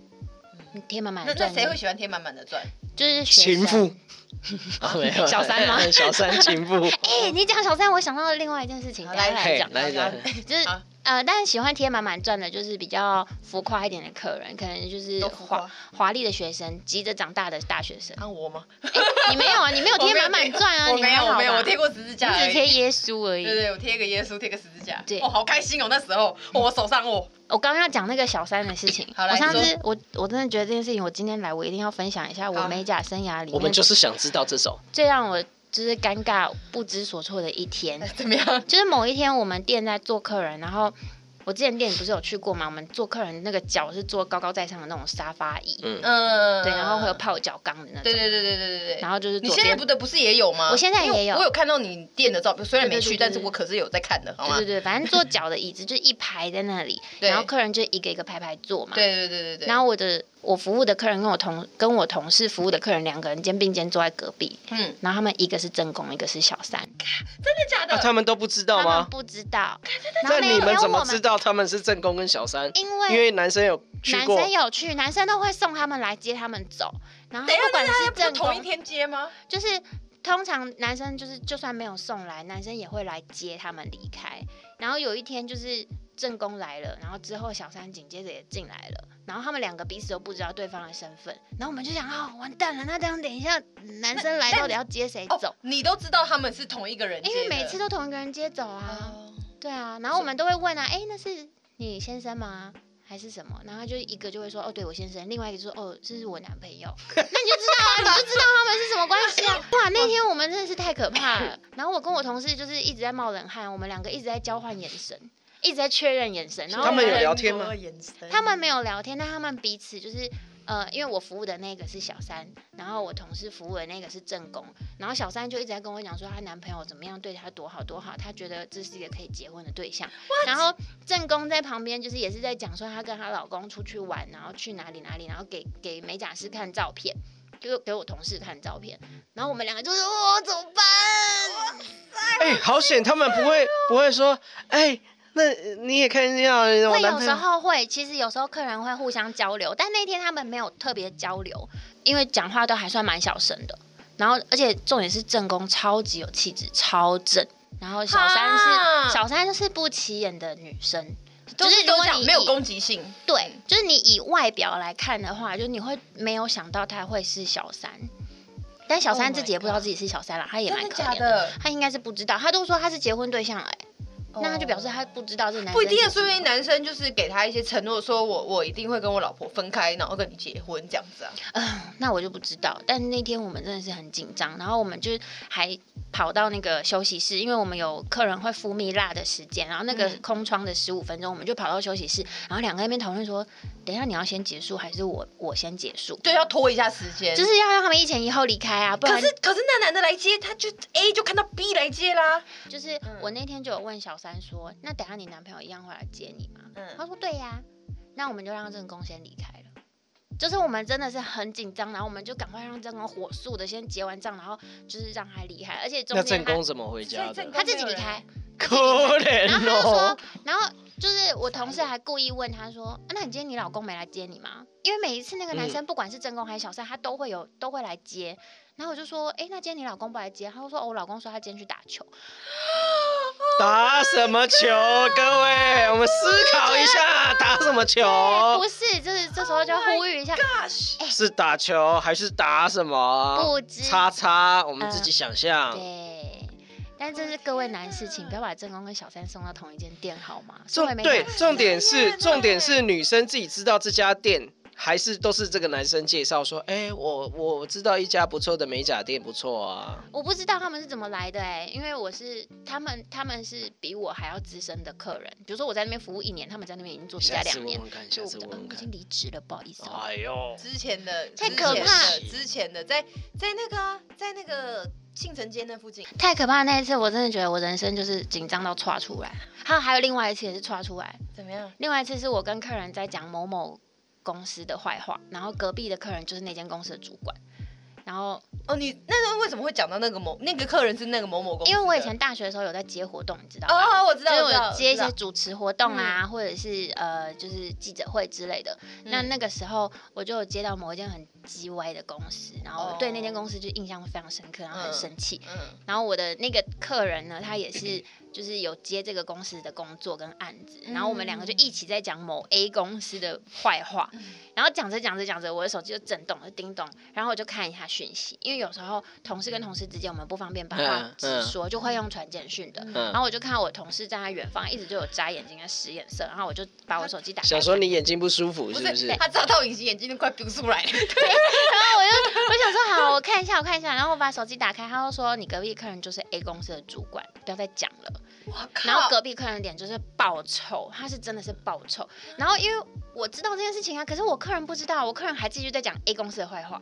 Speaker 2: 嗯，
Speaker 3: 贴满满
Speaker 2: 那
Speaker 3: 的
Speaker 2: 那
Speaker 3: 钻，
Speaker 2: 谁会喜欢贴满满的钻？
Speaker 3: 就是学
Speaker 1: 情妇
Speaker 3: 生。
Speaker 1: 啊没有
Speaker 3: 小三吗
Speaker 1: 小三情妇，
Speaker 3: 哎、你讲小三，我想到了另外一件事情，
Speaker 2: 好
Speaker 3: 等一
Speaker 2: 来
Speaker 3: 下来
Speaker 1: 嘿
Speaker 3: 讲，
Speaker 1: 来来，
Speaker 3: 就是
Speaker 2: 好
Speaker 3: 呃，但是喜欢贴满满钻的，就是比较浮夸一点的客人，可能就是
Speaker 2: 都浮夸。
Speaker 3: 华华丽的学生，急着长大的大学生
Speaker 2: 啊，我吗？
Speaker 3: 你没有啊？你没有贴满满钻啊？
Speaker 2: 我
Speaker 3: 你
Speaker 2: 没
Speaker 3: 还
Speaker 2: 有，
Speaker 3: 好
Speaker 2: 我没有，
Speaker 3: 吧
Speaker 2: 我贴过十字架
Speaker 3: 你
Speaker 2: 而
Speaker 3: 只
Speaker 2: 已。
Speaker 3: 贴耶稣而已
Speaker 2: 对。对，我贴一个耶稣，贴个十字架，
Speaker 3: 对
Speaker 2: 哦，好开心哦！那时候，哦我手上哦，
Speaker 3: 我刚刚要讲那个小三的事情，
Speaker 2: 好来
Speaker 3: 我上
Speaker 2: 你
Speaker 3: 次我我真的觉得这件事情，我今天来我一定要分享一下我
Speaker 2: 好
Speaker 3: 美甲生涯 里
Speaker 1: 我们
Speaker 3: 面
Speaker 1: 就是想知道这首，
Speaker 3: 最让我就是尴尬不知所措的一天。
Speaker 2: 怎么样？
Speaker 3: 就是某一天我们店在做客人，然后我之前店里不是有去过嘛，我们做客人那个脚是坐高高在上的那种沙发椅，
Speaker 1: 嗯，
Speaker 2: 嗯，
Speaker 3: 对，然后会有，泡脚缸的那种，
Speaker 2: 对对对对对对对
Speaker 3: 然。后就是
Speaker 2: 你
Speaker 3: 左
Speaker 2: 现在
Speaker 3: 边
Speaker 2: 不。得不是也有吗？
Speaker 3: 我现在
Speaker 2: 因为
Speaker 3: 也有
Speaker 2: 我有看到你店的照片，虽然没去，
Speaker 3: 对对对对
Speaker 2: 但是我可是有在看的，好吗
Speaker 3: 对对？对，反正坐脚的椅子就一排在那里，
Speaker 2: 对
Speaker 3: 然后客人就一个一个排排坐嘛。
Speaker 2: 对对对对对。
Speaker 3: 然后我的我服务的客人跟我同跟我同事服务的客人两个人肩并肩坐在隔壁，
Speaker 2: 嗯，
Speaker 3: 然后他们一个是正宫，一个是小三，
Speaker 2: 真的假
Speaker 1: 那
Speaker 2: 的？
Speaker 1: 哦他们都不知道
Speaker 3: 他们
Speaker 1: 吗？
Speaker 3: 不知 道。然
Speaker 1: 那
Speaker 3: 后没
Speaker 1: 你
Speaker 3: 有
Speaker 1: 们怎么
Speaker 3: 我
Speaker 1: 知道他们是正宫跟小三？
Speaker 3: 因
Speaker 1: 因
Speaker 3: 为
Speaker 1: 为男生有去
Speaker 3: 男
Speaker 1: 过
Speaker 3: 生，有去，男生都会送他们来接他们走，然后
Speaker 2: 等一
Speaker 1: 啊
Speaker 2: 下
Speaker 3: 不管是
Speaker 2: 不是
Speaker 3: 正
Speaker 2: 同一
Speaker 3: 宫，
Speaker 2: 天接吗？
Speaker 3: 就是通常男生就是就算没有送来，男生也会来接他们离开。然后有一天就是正宫来了，然后之后小三紧接着也进来了，然后他们两个彼此都不知道对方的身份，然后我们就想啊、完蛋了，那这样等一下男生来
Speaker 2: 那
Speaker 3: 到底要接谁
Speaker 2: 哦
Speaker 3: 走？，
Speaker 2: 你都知道他们是同一个人接
Speaker 3: 因
Speaker 2: 的，
Speaker 3: 为每次都同一个人接走啊，
Speaker 2: 哦
Speaker 3: 对啊，然后我们都会问啊，哎、那是你先生吗？还是什么？然后他就一个就会说，哦，对我先生，另外一个就说，哦，这是我男朋友， 那你就知道啊，你就知道他们是什么关系啊！哇，那天我们真的是太可怕了。然后我跟我同事就是一直在冒冷汗，我们两个一直在交换眼神，一直在确认眼神，然后
Speaker 1: 他们有
Speaker 3: 我
Speaker 1: 聊天吗？
Speaker 3: 他们没有聊天，但他们彼此就是。呃，因为我服务的那个是小三，然后我同事服务的那个是正宫，然后小三就一直在跟我讲说她男朋友怎么样对她多好多好，她觉得这是一个可以结婚的对象。然后正宫在旁边就是也是在讲说她跟她老公出去玩，然后去哪里哪里，然后给给美甲师看照片，就给我同事看照片，然后我们两个就是哦怎么办？
Speaker 1: 哎，好险，他们不会不会说，哎，那你也看一下我
Speaker 3: 会
Speaker 1: 男
Speaker 3: 有
Speaker 1: 朋
Speaker 3: 时
Speaker 1: 友。
Speaker 3: 候会，其实有时候客人会互相交流，但那天他们没有特别交流，因为讲话都还算蛮小声的。然后，而且重点是正宫超级有气质，超正。然后小三
Speaker 2: 啊
Speaker 3: 是小三就是不起眼的女生，
Speaker 2: 就
Speaker 3: 就是是如
Speaker 2: 都
Speaker 3: 果
Speaker 2: 讲
Speaker 3: 你
Speaker 2: 没有
Speaker 3: 以
Speaker 2: 攻击性，
Speaker 3: 对，就是你以外表来看的话，就是你会没有想到她会是小三。但小
Speaker 2: Oh
Speaker 3: 三
Speaker 2: my
Speaker 3: 自己也不知道自己是小三啦，她也蛮
Speaker 2: 真的
Speaker 3: 可
Speaker 2: 假
Speaker 3: 怜的。
Speaker 2: 的？
Speaker 3: 她应该是不知道，她都说她是结婚对象了欸、那她就表示
Speaker 2: 哦
Speaker 3: 她不知道这个男生
Speaker 2: 不一定啊，
Speaker 3: 是
Speaker 2: 说不定男生就是给他一些承诺，说我我一定会跟我老婆分开，然后跟你结婚这样子啊。
Speaker 3: 那我就不知道。但那天我们真的是很紧张，然后我们就还跑到那个休息室，因为我们有客人会敷蜜蜡的时间，然后那个
Speaker 2: 嗯
Speaker 3: 空窗的十五分钟，我们就跑到休息室，然后两个在那边讨论说，等一下你要先结束还是我我先结束？
Speaker 2: 对，要拖一下时间。
Speaker 3: 就是要让他们一前一后离开啊，不
Speaker 2: 可
Speaker 3: 然
Speaker 2: 是可是那男的来接，他就 A 就看到 B 来接啦。
Speaker 3: 就是
Speaker 2: 嗯
Speaker 3: 我那天就有问小三说，那等一下你男朋友一样会来接你吗？
Speaker 2: 嗯，
Speaker 3: 他说对呀、那我们就让正宫先离开了。就是我们真的是很紧张，然后我们就赶快让正宫火速的先结完账，然后就是让他离开，而且中
Speaker 1: 那
Speaker 3: 间
Speaker 1: 正
Speaker 3: 他
Speaker 1: 宫怎么回家
Speaker 2: 所以
Speaker 1: 的
Speaker 2: 正？宫
Speaker 3: 他自己离开，
Speaker 1: 可怜
Speaker 3: 然后他就
Speaker 1: 哦
Speaker 3: 说，，然后就是我同事还故意问他说、啊那你今天你老公没来接你吗？因为每一次那个男
Speaker 1: 嗯
Speaker 3: 生不管是正宫还是小三，他都会有都会来接。然后我就说，哎、那今天你老公不来接？他就说，哦，我老公说他今天去打球。
Speaker 1: 打什么球？各位，我们思考一 下打什么球，
Speaker 4: 不是，就是这时候就呼吁一下，
Speaker 3: 哎
Speaker 1: 是打球还是打什么？
Speaker 4: 不知
Speaker 1: 叉叉，我们自己
Speaker 3: 嗯
Speaker 1: 想象。
Speaker 3: 对，但这是各位男士，请不要把正宫跟小三送到同一间店好吗？送了
Speaker 1: 重
Speaker 3: 没啊
Speaker 1: 对
Speaker 3: 感觉
Speaker 1: 重点是重点是女生自己知道这家店，还是都是这个男生介绍说，哎、我我知道一家不错的美甲店，不错啊。
Speaker 3: 我不知道他们是怎么来的哎、因为我是他们，他们是比我还要资深的客人。比如说我在那边服务一年，他们在那边已经做比
Speaker 1: 下
Speaker 3: 较
Speaker 1: 次
Speaker 3: 两
Speaker 1: 问
Speaker 3: 年，
Speaker 1: 问看，
Speaker 3: 所
Speaker 1: 下
Speaker 3: 以我
Speaker 1: 次
Speaker 3: 不
Speaker 1: 问
Speaker 3: 知道，
Speaker 1: 问
Speaker 3: 嗯，我已
Speaker 1: 看
Speaker 3: 经。离职了，不好意思、哦。
Speaker 1: 哎呦，
Speaker 2: 之前的
Speaker 3: 太
Speaker 2: 之
Speaker 3: 可
Speaker 2: 前
Speaker 3: 怕
Speaker 2: 的之前的在在那个啊在那个庆城街那附近，
Speaker 3: 太可怕的那一次，我真的觉得我人生就是紧张到岔出来。还有还有另外一次也是岔出来，
Speaker 2: 怎么样？
Speaker 3: 另外一次是我跟客人在讲某某公司的坏话，然后隔壁的客人就是那间公司的主管，然后
Speaker 2: 哦，你那时候为什么会讲到那个某那个客人是那个某某公司的？
Speaker 3: 因为我以前大学的时候有在接活动，你知道吗？
Speaker 2: 哦，我知
Speaker 3: 就
Speaker 2: 道，
Speaker 3: 是
Speaker 2: 我知道
Speaker 3: 我接
Speaker 2: 我
Speaker 3: 一些
Speaker 2: 知道
Speaker 3: 主持活动啊，或者是呃，就是记者会之类的。那
Speaker 2: 嗯
Speaker 3: 那个时候我就有接到某一间很鸡歪的公司，然后我对那间公司就印象非常深刻，然后很生气。
Speaker 2: 哦嗯
Speaker 3: 然后我的那个客人呢，他也是就是有接这个公司的工作跟案子，然后我们两个就一起在讲某 A 公司的坏话，然后讲着讲着讲着，我的手机就震动，就叮咚，然后我就看一下讯息，因为有时候同事跟同事之间我们不方便把话
Speaker 1: 嗯
Speaker 3: 直说，就会用传简讯的。
Speaker 1: 嗯
Speaker 3: 然后我就看到我同事站在远方，一直就有眨眼睛跟使眼色，然后我就把我手机打开，
Speaker 1: 想说你眼睛不舒服
Speaker 2: 不
Speaker 1: 是不
Speaker 2: 是
Speaker 1: 是？
Speaker 2: 他扎到隐形眼镜都快飙出 来了，
Speaker 3: 然后我就我想说好，我看一下，我看一下，然后我把手机打开，他就说你隔壁客人就是 A 公司的主管，不要再讲了。
Speaker 2: 我
Speaker 3: 然后隔壁客人的脸就是爆臭，他是真的是爆臭。然后因为我知道这件事情啊，可是我客人不知道，我客人还继续在讲 A 公司的坏话，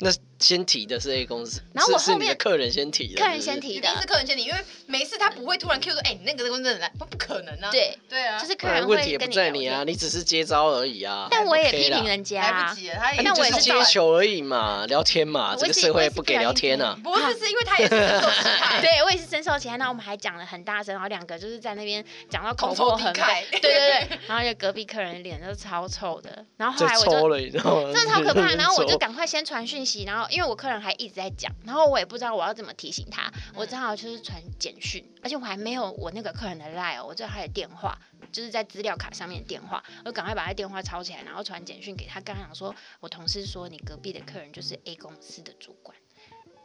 Speaker 1: 那先提的是 A 公司，
Speaker 3: 然后我
Speaker 1: 是是
Speaker 3: 后
Speaker 1: 你
Speaker 3: 面
Speaker 1: 的客人先提的，
Speaker 3: 客人先
Speaker 1: 是不是。
Speaker 3: 提
Speaker 2: 一
Speaker 3: 的
Speaker 2: 定，是客人先你，因为没事他不会突然 Q 说，哎，你那个公司真的来，不不可能啊，
Speaker 3: 对，
Speaker 2: 对啊，
Speaker 3: 就是客
Speaker 1: 不然
Speaker 3: 人
Speaker 1: 问题也
Speaker 3: 会
Speaker 1: 不
Speaker 3: 跟你
Speaker 1: 在
Speaker 3: 聊
Speaker 1: 你
Speaker 3: 天
Speaker 1: 啊，你只是接招而已啊。
Speaker 3: 但我也
Speaker 1: OK
Speaker 3: 批
Speaker 1: 啦
Speaker 3: 评人家
Speaker 2: 来不
Speaker 3: 啊，
Speaker 2: 及了，他也
Speaker 1: 哎
Speaker 3: 那
Speaker 1: 你就
Speaker 3: 我
Speaker 1: 是
Speaker 3: 也是
Speaker 1: 接
Speaker 3: 照
Speaker 1: 球而已嘛，聊天嘛，啊这
Speaker 3: 我
Speaker 1: 个
Speaker 3: 也是
Speaker 1: 社
Speaker 3: 我
Speaker 1: 会
Speaker 3: 也是
Speaker 1: 不
Speaker 3: 不
Speaker 1: 给
Speaker 3: 小
Speaker 1: 聊
Speaker 3: 心
Speaker 1: 天
Speaker 3: 听
Speaker 1: 啊。
Speaker 2: 不 是是因为他也是深受其 害，
Speaker 3: 对，我也是深受其害。那我们还讲的很大声，然后两个就是在那边讲到口
Speaker 2: 同
Speaker 3: 沫
Speaker 2: 仇敌
Speaker 3: 横飞，
Speaker 2: 忾，
Speaker 3: 对对对。然后就隔壁客人脸都超臭的，然后后
Speaker 1: 就
Speaker 3: 来我
Speaker 1: 抽
Speaker 3: 就
Speaker 1: 了，你知道吗？
Speaker 3: 真的超 可怕。然后我就
Speaker 1: 抽
Speaker 3: 赶快先传讯息，然后因为我客人还一直在讲，然后我也不知道我要怎么提醒他，我只好就是传简讯，而且我还没有我那个客人的 line，哦我只有他的电话，就是在资料卡上面的电话，我就赶快把他电话抄起来，然后传简讯给他，跟他讲说，我同事说你隔壁的客人就是 A 公司的主管。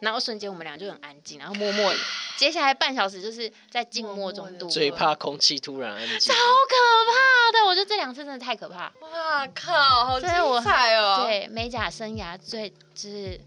Speaker 3: 然后瞬间我们俩就很安静，然后默默，接下来半小时就是在静默中度过。
Speaker 1: 最
Speaker 3: 好
Speaker 1: 怕空气突然安静。
Speaker 3: 可怕的，我觉得这两次真的太可怕。
Speaker 2: 哇靠，好精
Speaker 3: 这是我
Speaker 2: 彩哦，
Speaker 3: 对，美甲生涯最就是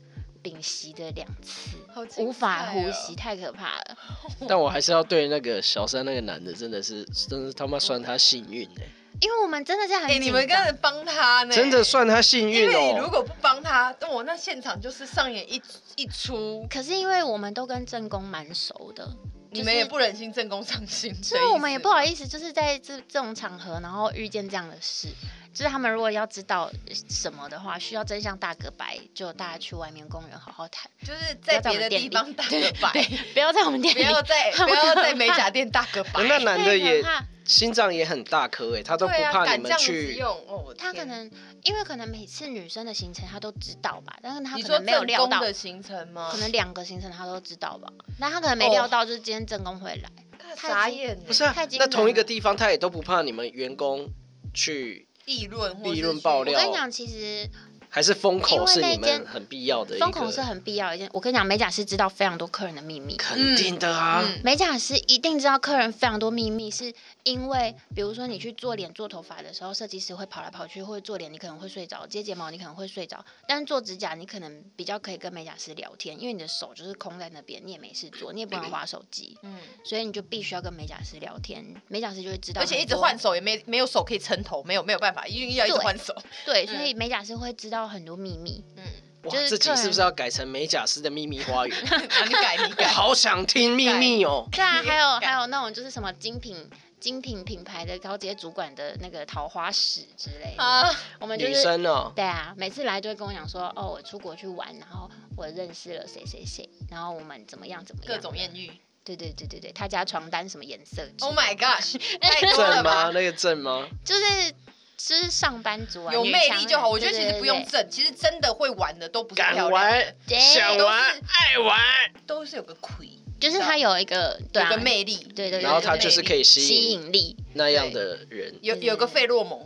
Speaker 3: 屏息的两次，
Speaker 2: 好精彩哦
Speaker 3: 无法呼吸，，太可怕了。
Speaker 1: 但我还是要对那个小三那个男的，真的是，真是他妈算他幸运哎、
Speaker 3: 因为我们真的是很
Speaker 2: 哎，
Speaker 3: 紧张、
Speaker 2: 你们刚才帮他呢，
Speaker 1: 真的算他幸
Speaker 2: 因
Speaker 1: 运
Speaker 2: 为你如
Speaker 1: 哦、
Speaker 2: 果不帮他，那我那现场就是上演一一出，
Speaker 3: 可是因为我们都跟正宫蛮熟的，
Speaker 2: 你们也不忍心正宫上心，
Speaker 3: 所以我们也不好意思，就是在这这种场合，然后遇见这样的事。就是他们如果要知道什么的话，需要真相大隔白，就大家去外面公园好好谈，
Speaker 2: 思，就是在别的地方大个白，
Speaker 3: 不要在 我们店
Speaker 2: 不
Speaker 3: 里。
Speaker 2: 要在
Speaker 3: 好可
Speaker 2: 不
Speaker 3: 怕
Speaker 2: 要在美甲店大个白，
Speaker 1: 那男的也
Speaker 3: 太可怕
Speaker 1: 心脏也很大颗哎、他都不
Speaker 2: 对啊，
Speaker 1: 怕
Speaker 2: 敢
Speaker 1: 你们
Speaker 2: 这样子
Speaker 1: 去。
Speaker 2: 用哦，我的
Speaker 3: 他可
Speaker 2: 天
Speaker 3: 能因为可能每次女生的行程他都知道吧，但是他
Speaker 2: 你
Speaker 3: 可
Speaker 2: 说
Speaker 3: 能没有
Speaker 2: 正
Speaker 3: 料
Speaker 2: 宫
Speaker 3: 到，
Speaker 2: 的行程吗
Speaker 3: 可？能两个行程他都知道吧。那他可能
Speaker 2: 哦
Speaker 3: 没料到，就是今天正宫会来，
Speaker 2: 看
Speaker 3: 太
Speaker 2: 傻
Speaker 3: 惊
Speaker 2: 眼呢，欸
Speaker 1: 不是啊
Speaker 3: 太，惊
Speaker 1: 那
Speaker 3: 人
Speaker 1: 同一个
Speaker 3: 了
Speaker 1: 地方他也都不怕你们员工去，
Speaker 2: 议论或
Speaker 1: 议
Speaker 2: 是
Speaker 1: 论
Speaker 2: 去
Speaker 1: 爆
Speaker 3: 我
Speaker 1: 料
Speaker 3: 跟你讲，其实
Speaker 1: 还是风
Speaker 3: 因
Speaker 1: 口
Speaker 3: 为
Speaker 1: 是
Speaker 3: 那
Speaker 1: 你
Speaker 3: 间
Speaker 1: 们很必要的一个。
Speaker 3: 风控是很必要的一件。我跟你讲，美甲师知道非常多客人的秘密。
Speaker 1: 肯定的啊，
Speaker 2: 嗯
Speaker 3: 美甲师一定知道客人非常多秘密，是因为比如说你去做脸、做头发的时候，设计师会跑来跑去，或者做脸你可能会睡着，接睫毛你可能会睡着，但是做指甲你可能比较可以跟美甲师聊天，因为你的手就是空在那边，你也没事做，你也不能划手机，
Speaker 2: 嗯，
Speaker 3: 所以你就必须要跟美甲师聊天，美甲师就会知道
Speaker 2: 而
Speaker 3: 很多，
Speaker 2: 且一直换手也没没有手可以撑头，没有没有办法，因为要一直
Speaker 3: 对
Speaker 2: 换手，
Speaker 3: 对，所以美甲师会知道很多秘密。
Speaker 2: 嗯，
Speaker 1: 哇
Speaker 3: 就，是
Speaker 1: 自己
Speaker 3: 客
Speaker 1: 是不
Speaker 3: 人
Speaker 1: 是要改成美甲师的秘密花园？
Speaker 2: 啊你改你
Speaker 1: 我
Speaker 2: 改，
Speaker 1: 好想听秘密哦、
Speaker 3: 对啊，
Speaker 2: 也
Speaker 3: 还有
Speaker 2: 敢
Speaker 3: 还有那种就是什么精品精品品牌的高阶主管的那个桃花史之类的，
Speaker 2: 啊，
Speaker 3: 我们就
Speaker 1: 女
Speaker 3: 是。
Speaker 1: 生 哦、
Speaker 3: 对啊，每次来就会跟我讲说，哦，我出国去玩，然后我认识了谁谁谁，然后我们怎么样怎么样，
Speaker 2: 各种艳遇
Speaker 3: 对对对对对，他家床单什么颜色之类的
Speaker 2: ，Oh my gosh，太 多了
Speaker 1: 正吗？
Speaker 2: 吧，
Speaker 1: 那个正吗？
Speaker 3: 就是就是上班族啊，
Speaker 2: 有
Speaker 3: 女
Speaker 2: 魅
Speaker 3: 强
Speaker 2: 力
Speaker 3: 人
Speaker 2: 就好。我觉得其实不用
Speaker 3: 对对
Speaker 2: 正，其实真的会玩的都不是
Speaker 1: 敢
Speaker 2: 漂亮
Speaker 3: 哎
Speaker 1: 玩
Speaker 2: 的，
Speaker 3: 对对
Speaker 1: 想玩，爱玩，
Speaker 2: 都是有个魁。
Speaker 3: 就是他有一个对
Speaker 2: 有
Speaker 3: 啊
Speaker 2: 个，魅力，
Speaker 3: 对对对
Speaker 1: 然后他就是可以
Speaker 3: 吸
Speaker 1: 吸引
Speaker 3: 引力，
Speaker 1: 那样的人。
Speaker 2: 有有个费洛蒙。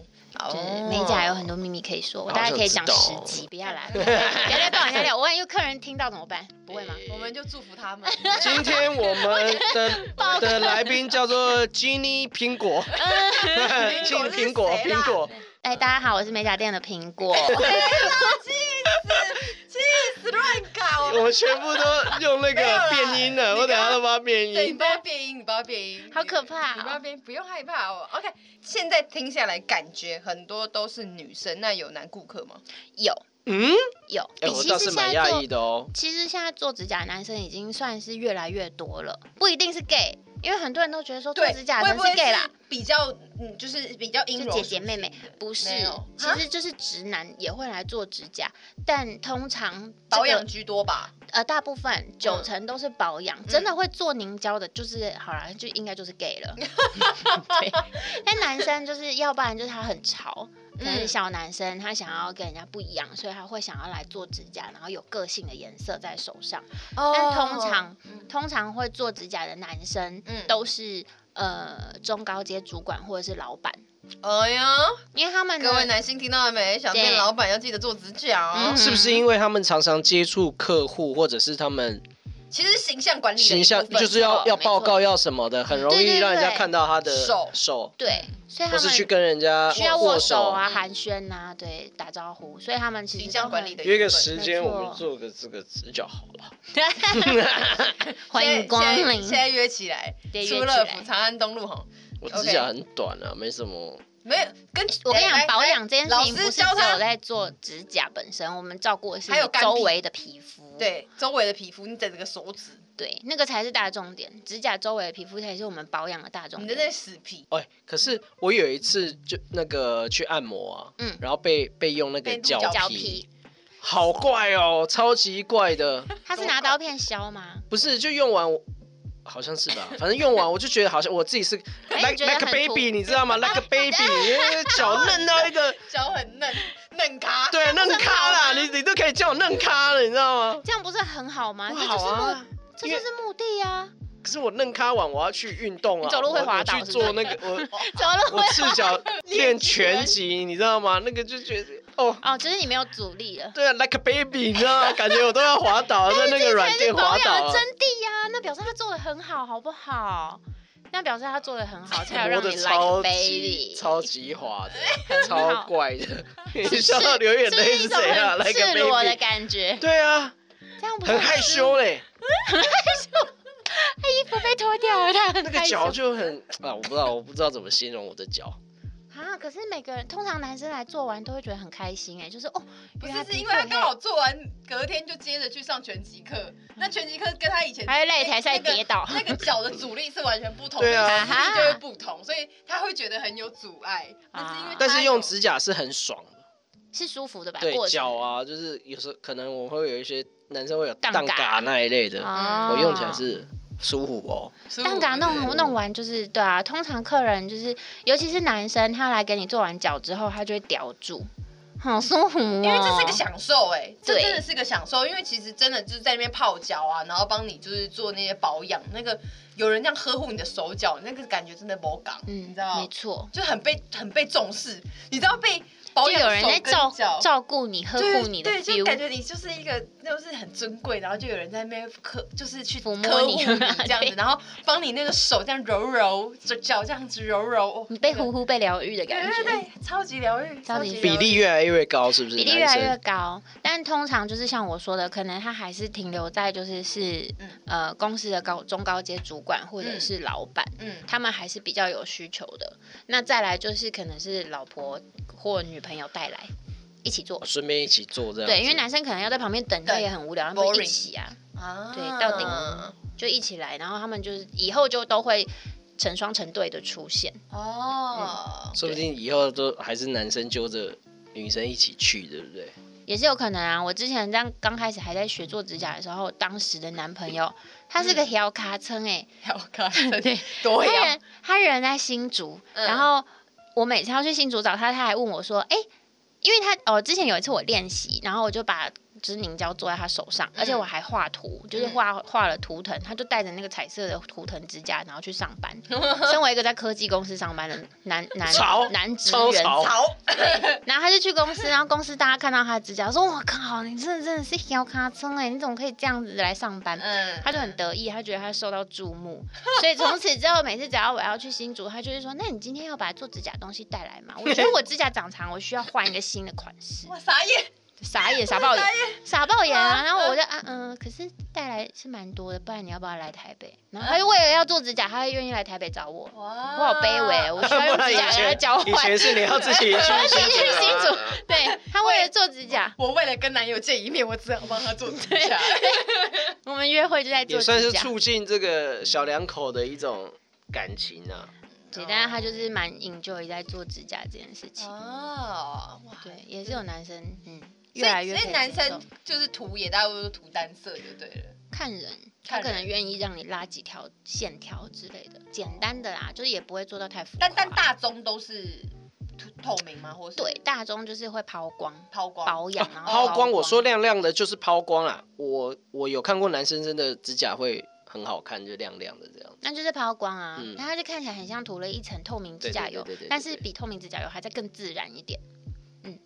Speaker 3: 就是美
Speaker 2: 哦
Speaker 3: 甲有很多秘密可以说，我大概可以讲十
Speaker 1: 哦
Speaker 3: 集，不 要来，不要来，不要来，不要来，我万一客人听到怎么办？不会吗？
Speaker 2: 我们就祝福他 们。
Speaker 1: 哎今天我们的的来宾叫做 Ginny 苹 果，
Speaker 3: 呃
Speaker 1: 进苹果
Speaker 2: 苹果是谁啦
Speaker 1: 苹果，
Speaker 3: 哎，大家好，我是美甲店的 苹果，
Speaker 2: 气死乱搞！
Speaker 1: 我全部都用那
Speaker 2: 没有
Speaker 1: 个
Speaker 2: 啦
Speaker 1: 变音了，我等下都把它变
Speaker 2: 对，你
Speaker 1: 音。
Speaker 2: 不要变音，你不要变音，
Speaker 3: 好可
Speaker 2: 你不
Speaker 3: 怕
Speaker 2: 要
Speaker 3: 哦！
Speaker 2: 变，不用害怕哦。OK，现在听下来，感觉很多都是女生，那有男顾客吗？
Speaker 3: 有
Speaker 1: 嗯，
Speaker 3: 有，
Speaker 1: 哎，
Speaker 3: 你
Speaker 1: 我
Speaker 3: 其
Speaker 1: 倒
Speaker 3: 实
Speaker 1: 是
Speaker 3: 现
Speaker 1: 蛮
Speaker 3: 在
Speaker 1: 讶
Speaker 3: 做
Speaker 1: 异的哦。
Speaker 3: 其实现在做指甲的男生已经算是越来越多了，不一定是 gay，因为很多人都觉得说做指甲
Speaker 2: 会
Speaker 3: 的人
Speaker 2: 不会
Speaker 3: gay 啦，，
Speaker 2: 比较嗯，就是比较阴
Speaker 3: 就
Speaker 2: 柔
Speaker 3: 姐姐妹妹，不是
Speaker 2: 没有，
Speaker 3: 其实就是直男也会来做指甲，但通常、这个、
Speaker 2: 保养居多吧？
Speaker 3: 呃大部
Speaker 2: 嗯
Speaker 3: 分九成都是保养，真的会做凝胶的，就是好啦，就应该就是 gay 了。对，但男生就是要不然就是他很潮，可能
Speaker 2: 嗯
Speaker 3: 是小男生他想要跟人家不一样，所以他会想要来做指甲，然后有个性的颜色在手上。
Speaker 2: 哦
Speaker 3: 但通常、通常会做指甲的男生，
Speaker 2: 嗯
Speaker 3: 都是呃中高阶主管或者是老板，
Speaker 2: 哎呀，
Speaker 3: 因为他们呢
Speaker 2: 各位男性听到了没？想变
Speaker 3: 对
Speaker 2: 老板要记得做指甲哦
Speaker 3: 嗯。
Speaker 1: 是不是因为他们常常接触客户，或者是他们
Speaker 2: 其实是形象管理的
Speaker 1: 形象
Speaker 2: 一部分
Speaker 1: 就是要
Speaker 2: 哦
Speaker 1: 要
Speaker 2: 没
Speaker 1: 报
Speaker 2: 错
Speaker 1: 告要什么的，很容
Speaker 3: 对
Speaker 1: 易
Speaker 3: 对
Speaker 1: 让人家
Speaker 3: 对
Speaker 1: 看到他的
Speaker 2: 手
Speaker 1: 手，
Speaker 3: 对，所以他
Speaker 1: 或
Speaker 3: 们
Speaker 1: 是去跟人家
Speaker 3: 需要
Speaker 1: 握
Speaker 3: 握手啊、
Speaker 2: 嗯
Speaker 3: 寒暄呐、对，打招呼，所以他们其实
Speaker 2: 形象
Speaker 3: 都
Speaker 2: 管
Speaker 3: 很
Speaker 2: 理的一
Speaker 1: 约个
Speaker 2: 部分
Speaker 1: 时间，
Speaker 3: 没
Speaker 1: 我们
Speaker 3: 错
Speaker 1: 做个这个指甲好了。
Speaker 3: 欢迎光
Speaker 2: 现在
Speaker 3: 临
Speaker 2: 现。在约起来，
Speaker 3: 对
Speaker 2: 出
Speaker 3: 约
Speaker 2: 乐
Speaker 3: 起来
Speaker 2: 府长安东路吼，
Speaker 1: 我
Speaker 2: OK
Speaker 1: 指甲很短啊，没什么。
Speaker 2: 没有跟
Speaker 3: 我跟你
Speaker 2: 来
Speaker 3: 讲，
Speaker 2: 来
Speaker 3: 保养这件
Speaker 2: 哎老
Speaker 3: 事情
Speaker 2: 师
Speaker 3: 不是只
Speaker 2: 教他
Speaker 3: 有在做指甲本身，我们照顾的是
Speaker 2: 还有
Speaker 3: 你
Speaker 2: 干
Speaker 3: 周
Speaker 2: 皮
Speaker 3: 围的皮肤。
Speaker 2: 对周围的皮肤，你整个手指，
Speaker 3: 对，那个才是大重点。指甲周围的皮肤才是我们保养的大重
Speaker 2: 你的
Speaker 3: 点。
Speaker 2: 那死皮
Speaker 1: 哎，可是我有一次就那个去按摩啊，
Speaker 3: 嗯
Speaker 1: 然后被被用那个
Speaker 2: 被鹿
Speaker 1: 脚
Speaker 2: 角
Speaker 3: 脚
Speaker 1: 皮
Speaker 3: 皮，，
Speaker 1: 好怪哦，超级怪的。
Speaker 3: 他是拿刀片削吗？
Speaker 1: 不是，就用完我。好像是吧，反正用完我就觉得好像我自己是 like
Speaker 3: 哎觉得
Speaker 1: like a
Speaker 3: 很土
Speaker 1: baby，你知道吗？like a baby，脚嫩到一个，
Speaker 2: 脚很嫩，嫩咖。
Speaker 1: 对，嫩咖啦，你你都可以叫我嫩咖了，你知道吗？
Speaker 3: 这样不是很好吗？
Speaker 1: 不
Speaker 3: 这就
Speaker 1: 好
Speaker 3: 是目，
Speaker 1: 啊，
Speaker 3: 这
Speaker 1: 因
Speaker 3: 就
Speaker 1: 为
Speaker 3: 是目的啊。
Speaker 1: 可是我嫩咖完我要去运动啊，
Speaker 3: 你走路会
Speaker 1: 我
Speaker 3: 滑
Speaker 1: 我
Speaker 3: 倒
Speaker 1: 去
Speaker 3: 是不是
Speaker 1: 做那个我
Speaker 3: 走了
Speaker 1: 我赤脚练拳击，你知道吗？那个就觉得哦，
Speaker 3: 哦，就是你没有阻力了。
Speaker 1: 对啊，like a baby，你知道吗？感觉我都要滑倒，在那个软垫滑
Speaker 3: 保养
Speaker 1: 倒
Speaker 3: 的
Speaker 1: 啊。
Speaker 3: 真谛呀、那表示他做的很好，好不好？那表示他做的很好，才有
Speaker 1: 磨
Speaker 3: 让
Speaker 1: 的
Speaker 3: 你 like
Speaker 1: 超级
Speaker 3: baby，
Speaker 1: 超级滑的，
Speaker 3: 很
Speaker 1: 超
Speaker 3: 好
Speaker 1: 怪的，你
Speaker 3: 是
Speaker 1: 笑到流眼泪
Speaker 3: 是
Speaker 1: 是
Speaker 3: 不是
Speaker 1: 谁
Speaker 3: 一种
Speaker 1: 啊
Speaker 3: 很
Speaker 1: ？like a
Speaker 3: 赤裸的
Speaker 1: baby，
Speaker 3: 感觉，
Speaker 1: 对啊，
Speaker 3: 这样不是
Speaker 1: 很害
Speaker 3: 失
Speaker 1: 羞嘞，
Speaker 3: 衣服被脱掉了，他很
Speaker 1: 那
Speaker 3: 害
Speaker 1: 个
Speaker 3: 羞
Speaker 1: 脚就很啊，我不知道，我不知道怎么形容我的脚。
Speaker 3: 啊。可是每个人，通常男生来做完都会觉得很开心哎、就是哦，
Speaker 2: 不是
Speaker 3: 原来
Speaker 2: 是
Speaker 3: 皮
Speaker 2: 因
Speaker 3: 肤
Speaker 2: 为他
Speaker 3: 很
Speaker 2: 刚好做完，隔天就接着去上拳击课，那拳击课跟他以前
Speaker 3: 还会擂台赛
Speaker 2: 那个
Speaker 3: 跌倒
Speaker 2: 那个脚的阻力是完全不同的，
Speaker 1: 对 啊
Speaker 2: 力就会不同，所以他会觉得很有阻碍。但是因为
Speaker 3: 啊
Speaker 1: 但
Speaker 2: 他
Speaker 1: 是
Speaker 2: 有
Speaker 1: 用指甲是很爽的，
Speaker 3: 是舒服的吧？
Speaker 1: 对
Speaker 3: 过程
Speaker 1: 脚啊，就是有时候可能我会有一些男生会有
Speaker 3: 杠
Speaker 1: 荡
Speaker 3: 嘎
Speaker 1: 嘎那一类的，
Speaker 3: 啊
Speaker 1: 我用起来是舒服哦。
Speaker 2: 15
Speaker 3: 但刚
Speaker 2: 对不对
Speaker 3: 弄弄完就是对啊，通常客人就是，尤其是男生，他来给你做完脚之后，他就会叼住，好舒服、哦，
Speaker 2: 因为这是个享受哎、这
Speaker 3: 对
Speaker 2: 真的是个享受。因为其实真的就是在那边泡脚啊，然后帮你就是做那些保养，那个有人这样呵护你的手脚，那个感觉真的不港，
Speaker 3: 嗯，
Speaker 2: 你知道
Speaker 3: 没错，
Speaker 2: 就很被很被重视。你知道被保
Speaker 3: 就
Speaker 2: 养
Speaker 3: 有人
Speaker 2: 手
Speaker 3: 在
Speaker 2: 跟
Speaker 3: 照
Speaker 2: 脚
Speaker 3: 照顾你、呵
Speaker 2: 对
Speaker 3: 护你的
Speaker 2: 对，就感
Speaker 3: feel，
Speaker 2: 觉你就是一个就是很尊贵，然后就有人在那边呵，就是去
Speaker 3: 抚摸
Speaker 2: 呵护
Speaker 3: 你
Speaker 2: 这样子，
Speaker 3: 对
Speaker 2: 然后帮你那个手这样揉揉，就脚这样子揉揉，哦
Speaker 3: 你被
Speaker 2: 那个
Speaker 3: 呼呼被疗愈的
Speaker 2: 对
Speaker 3: 感
Speaker 2: 对
Speaker 3: 觉。
Speaker 2: 对，超级疗愈，
Speaker 3: 超级
Speaker 2: 疗愈
Speaker 1: 比例越来越高，是不是？
Speaker 3: 比例越来
Speaker 1: 男
Speaker 3: 越
Speaker 1: 生
Speaker 3: 高，但通常就是像我说的，可能他还是停留在就是是、
Speaker 2: 嗯
Speaker 3: 呃公司的高中高阶主管或者
Speaker 2: 嗯
Speaker 3: 是老板，
Speaker 2: 嗯
Speaker 3: 他们还是比较有需求的。那再来就是可能是老婆或女朋友带来一起做，
Speaker 1: 顺便一起做这样子。
Speaker 3: 对，因为男生可能要在旁边等，他
Speaker 2: 对
Speaker 3: 也很无聊，他们
Speaker 2: boring
Speaker 3: 一起啊，
Speaker 2: 啊
Speaker 3: 对到顶就一起来，然后他们就是以后就都会成双成对的出现。
Speaker 2: 哦，
Speaker 1: 说不定以后都还是男生揪着女生一起去，对 不对？
Speaker 3: 也是有可能啊。我之前这样刚开始还在学做指甲的时候，当时的男朋友他
Speaker 2: 嗯
Speaker 3: 是个小卡称哎，
Speaker 2: 好看，
Speaker 3: 对，
Speaker 2: 多
Speaker 3: 他
Speaker 1: 啊
Speaker 2: 呀，
Speaker 3: 人他人在新竹，
Speaker 2: 嗯
Speaker 3: 然后我每次要去新竹找他，他还问我说，哎、因为他哦，之前有一次我练习，然后我就把就是凝胶做在他手上，而且
Speaker 2: 嗯
Speaker 3: 我还画图，就是画
Speaker 1: 嗯
Speaker 3: 画了图腾，他就带着那个彩色的图腾指甲，然后去上 班。身为一个在科技公司上班的男男
Speaker 1: 潮
Speaker 3: 男职
Speaker 1: 超
Speaker 3: 员，
Speaker 1: 潮
Speaker 2: 好，
Speaker 3: 然后他就去公司，然后公司大家看到他的指甲，说：“我靠，你真的真的是小卡称哎，你怎么可以这样子来上班？”
Speaker 2: 嗯，
Speaker 3: 他就很得意，他觉得他受到注目， 所以从此之后，每次只要我要去新竹，他就会说：“那你今天要把做指甲的东西带来吗？”我 觉得我指甲长长，我需要换一个新的款式。
Speaker 2: 我傻眼，
Speaker 3: 傻 眼，傻爆眼，傻爆眼 啊！
Speaker 2: 嗯
Speaker 3: 然后我就啊嗯，可是带来是蛮多的，不然你要不要来台北？然后他就为了要做指甲，他会愿意来台北找 我。
Speaker 2: 哇，
Speaker 3: 我好卑微，我需要用
Speaker 1: 不然
Speaker 3: 指
Speaker 1: 以
Speaker 3: 甲跟他
Speaker 1: 前
Speaker 3: 交
Speaker 1: 以
Speaker 3: 换。
Speaker 1: 前是你要自己去
Speaker 3: 自己去
Speaker 1: 新
Speaker 3: 新
Speaker 1: 竹
Speaker 3: 竹
Speaker 1: 啊，
Speaker 3: 对他为了做指甲，
Speaker 2: 我为了跟男友见一面，我只好帮他做指甲。
Speaker 3: 我们约会就在做
Speaker 1: 也算
Speaker 3: 指
Speaker 1: 是
Speaker 3: 甲。
Speaker 1: 促进这个小两口的一种感情啊。
Speaker 3: 对，但是他就是蛮 enjoy 在做指甲这件事情。
Speaker 2: 哦，哇，
Speaker 3: 对，也是有男生嗯，
Speaker 2: 所
Speaker 3: 越来
Speaker 2: 以
Speaker 3: 越
Speaker 2: 所
Speaker 3: 可
Speaker 2: 以
Speaker 3: 以
Speaker 2: 男
Speaker 3: 接
Speaker 2: 生
Speaker 3: 受
Speaker 2: 就是涂也大多都涂单色就对了。
Speaker 3: 看人，
Speaker 2: 看
Speaker 3: 他可
Speaker 2: 人
Speaker 3: 能愿意让你拉几条线条之类的，简单的啦，就是也不会做到太浮夸。
Speaker 2: 但但大宗都是涂透明吗？或是
Speaker 3: 对大众就是会抛 光。
Speaker 2: 抛光？
Speaker 3: 保养，然后
Speaker 1: 哦抛光，我说亮亮的就是抛光啊。我我有看过男生真的指甲会很好看，就亮亮的这样。
Speaker 3: 那就是抛光啊，
Speaker 1: 嗯
Speaker 3: 那它就看起来很像涂了一层透明指甲油
Speaker 1: 对对对对对对，
Speaker 3: 但是比透明指甲油还再更自然一点，
Speaker 2: 嗯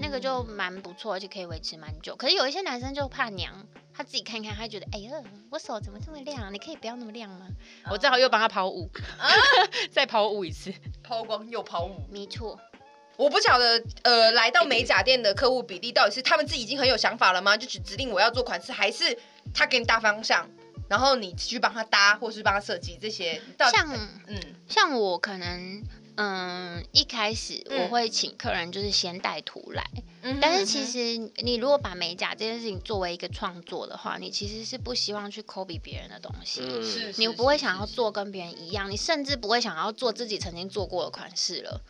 Speaker 3: 那个就蛮不错，而且可以维持蛮久。可是有一些男生就怕娘，他自己看看，他觉得哎呀，我手怎么这么亮？啊你可以不要那么亮吗？
Speaker 2: 嗯
Speaker 3: 我正好又帮他抛物， 再抛物一次。
Speaker 2: 啊抛光又抛物。
Speaker 3: 没错，
Speaker 2: 我不晓得，呃，来到美甲店的客户比例到底是他们自己已经很有想法了吗？就指指定我要做款式，还是他给你大方向，然后你去帮他搭，或是帮他设计这些？到底
Speaker 3: 像
Speaker 2: 嗯
Speaker 3: 像我可能。嗯，一开始
Speaker 2: 嗯
Speaker 3: 我会请客人就是先带图来，
Speaker 2: 嗯
Speaker 3: 但是其实你如果把美甲这件事情作为一个创作的话，你其实是不希望去 copy 别人的东西，
Speaker 1: 嗯，
Speaker 2: 是
Speaker 3: 你不会想要做跟别人一样，你甚至不会想要做自己曾经做过的款式了。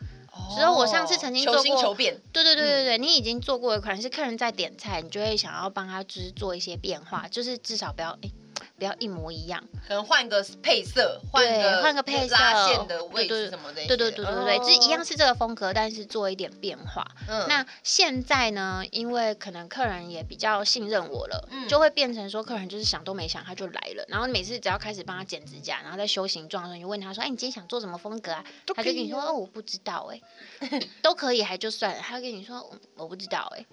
Speaker 3: 只是我上次曾经做
Speaker 2: 求新
Speaker 3: 过
Speaker 2: 求变，
Speaker 3: 对对对对对，你已经做过的款式，客人在点菜，你就会想要帮他就是做一些变化，就是至少不要哎。不要一模一样，
Speaker 2: 可能换个配色，换
Speaker 3: 对
Speaker 2: 个
Speaker 3: 换个配色
Speaker 2: 拉线的位
Speaker 3: 对
Speaker 2: 置
Speaker 3: 对
Speaker 2: 什么的，
Speaker 3: 对对对对对，就是一样
Speaker 2: 哦。
Speaker 3: 是这个风格，但是做一点变化。
Speaker 2: 嗯
Speaker 3: 那现在呢，因为可能客人也比较信任我了，
Speaker 2: 嗯
Speaker 3: 就会变成说客人就是想都没想他就来了，然后每次只要开始帮他剪指甲，然后在修形状的时候，你就问他说：“哎，你今天想做什么风格啊？”他就跟你说：“哦，我不知道哎、 都可以还就算了。”他跟你说：“嗯我不知道哎、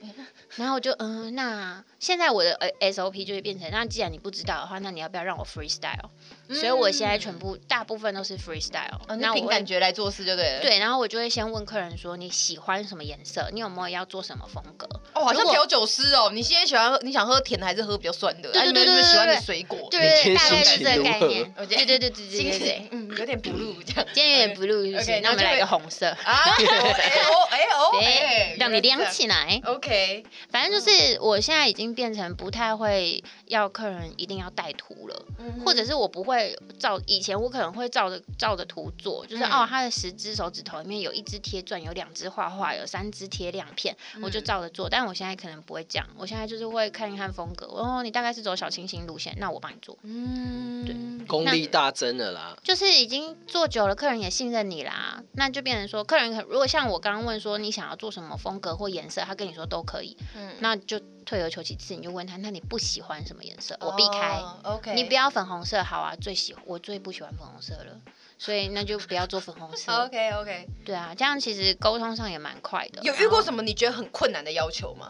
Speaker 3: 然后我就嗯，那现在我的呃 SOP 就会变成，那既然你不知道的话，那你要不要让我 freestyle？、所以我现在全部大部分都是 freestyle，、
Speaker 2: 嗯哦
Speaker 3: 那
Speaker 2: 那
Speaker 3: 我
Speaker 2: 凭
Speaker 3: 会
Speaker 2: 感觉来做事就对了。，
Speaker 3: 对，然后我就会先问客人说你喜欢什么颜色，你有没有要做什么风格？
Speaker 2: 哦，好像
Speaker 3: 如果
Speaker 2: 调酒师哦。你现在喜欢喝，你想喝甜的还是喝比较酸的？
Speaker 3: 对
Speaker 2: 啊
Speaker 3: 对
Speaker 2: 你们
Speaker 3: 对
Speaker 2: 有没有
Speaker 3: 对
Speaker 2: 喜欢的
Speaker 3: 对对
Speaker 2: 水果？
Speaker 3: 对
Speaker 1: 你
Speaker 3: 对，
Speaker 1: 今天
Speaker 3: 大概
Speaker 1: 心
Speaker 3: 是
Speaker 1: 情
Speaker 3: 这个
Speaker 1: 如
Speaker 3: 概
Speaker 1: 何
Speaker 3: 念。
Speaker 2: 我
Speaker 3: 对
Speaker 2: 觉得
Speaker 3: 对对对对
Speaker 2: 心
Speaker 3: 对
Speaker 2: 情
Speaker 3: 对。
Speaker 2: 嗯有点 blue 这样。
Speaker 3: 今天有点 blue 是不
Speaker 2: OK，
Speaker 3: 是？那我
Speaker 2: 那
Speaker 3: 们
Speaker 2: 就
Speaker 3: 来一个
Speaker 2: 会
Speaker 3: 红色，
Speaker 2: 啊，哎哦哎哦，哎
Speaker 3: 对，让你亮。起来
Speaker 2: 原来是这。样 OK，
Speaker 3: 反正就是我现在已经变成不太会要客人一定要带图了，
Speaker 2: 嗯
Speaker 3: 或者是我不会照以前我可能会照着照着图做，就是、
Speaker 2: 嗯
Speaker 3: 哦，他的十只手指头里面有一只贴钻，有两只画画，有三只贴亮片，
Speaker 2: 嗯
Speaker 3: 我就照着做。但我现在可能不会这样，我现在就是会看一看风格，哦，你大概是走小清新路线，那我帮你做。
Speaker 2: 嗯，对，
Speaker 1: 功力大增了啦。
Speaker 3: 就是已经做久了，客人也信任你啦，那就变成说，客人可如果像我刚刚问说你想要做什么风格或颜色，他跟你说都可以，
Speaker 2: 嗯
Speaker 3: 那就退而求其次，你就问他，那你不喜欢什么颜色？我避开。
Speaker 2: 哦 OK，
Speaker 3: 你不要粉红色好啊，最喜我最不喜欢粉红色了，所以那就不要做粉红色。
Speaker 2: OK OK，
Speaker 3: 对啊，这样其实沟通上也蛮快的。
Speaker 2: 有遇过
Speaker 3: 么？
Speaker 2: 什么你觉得很困难的要求吗？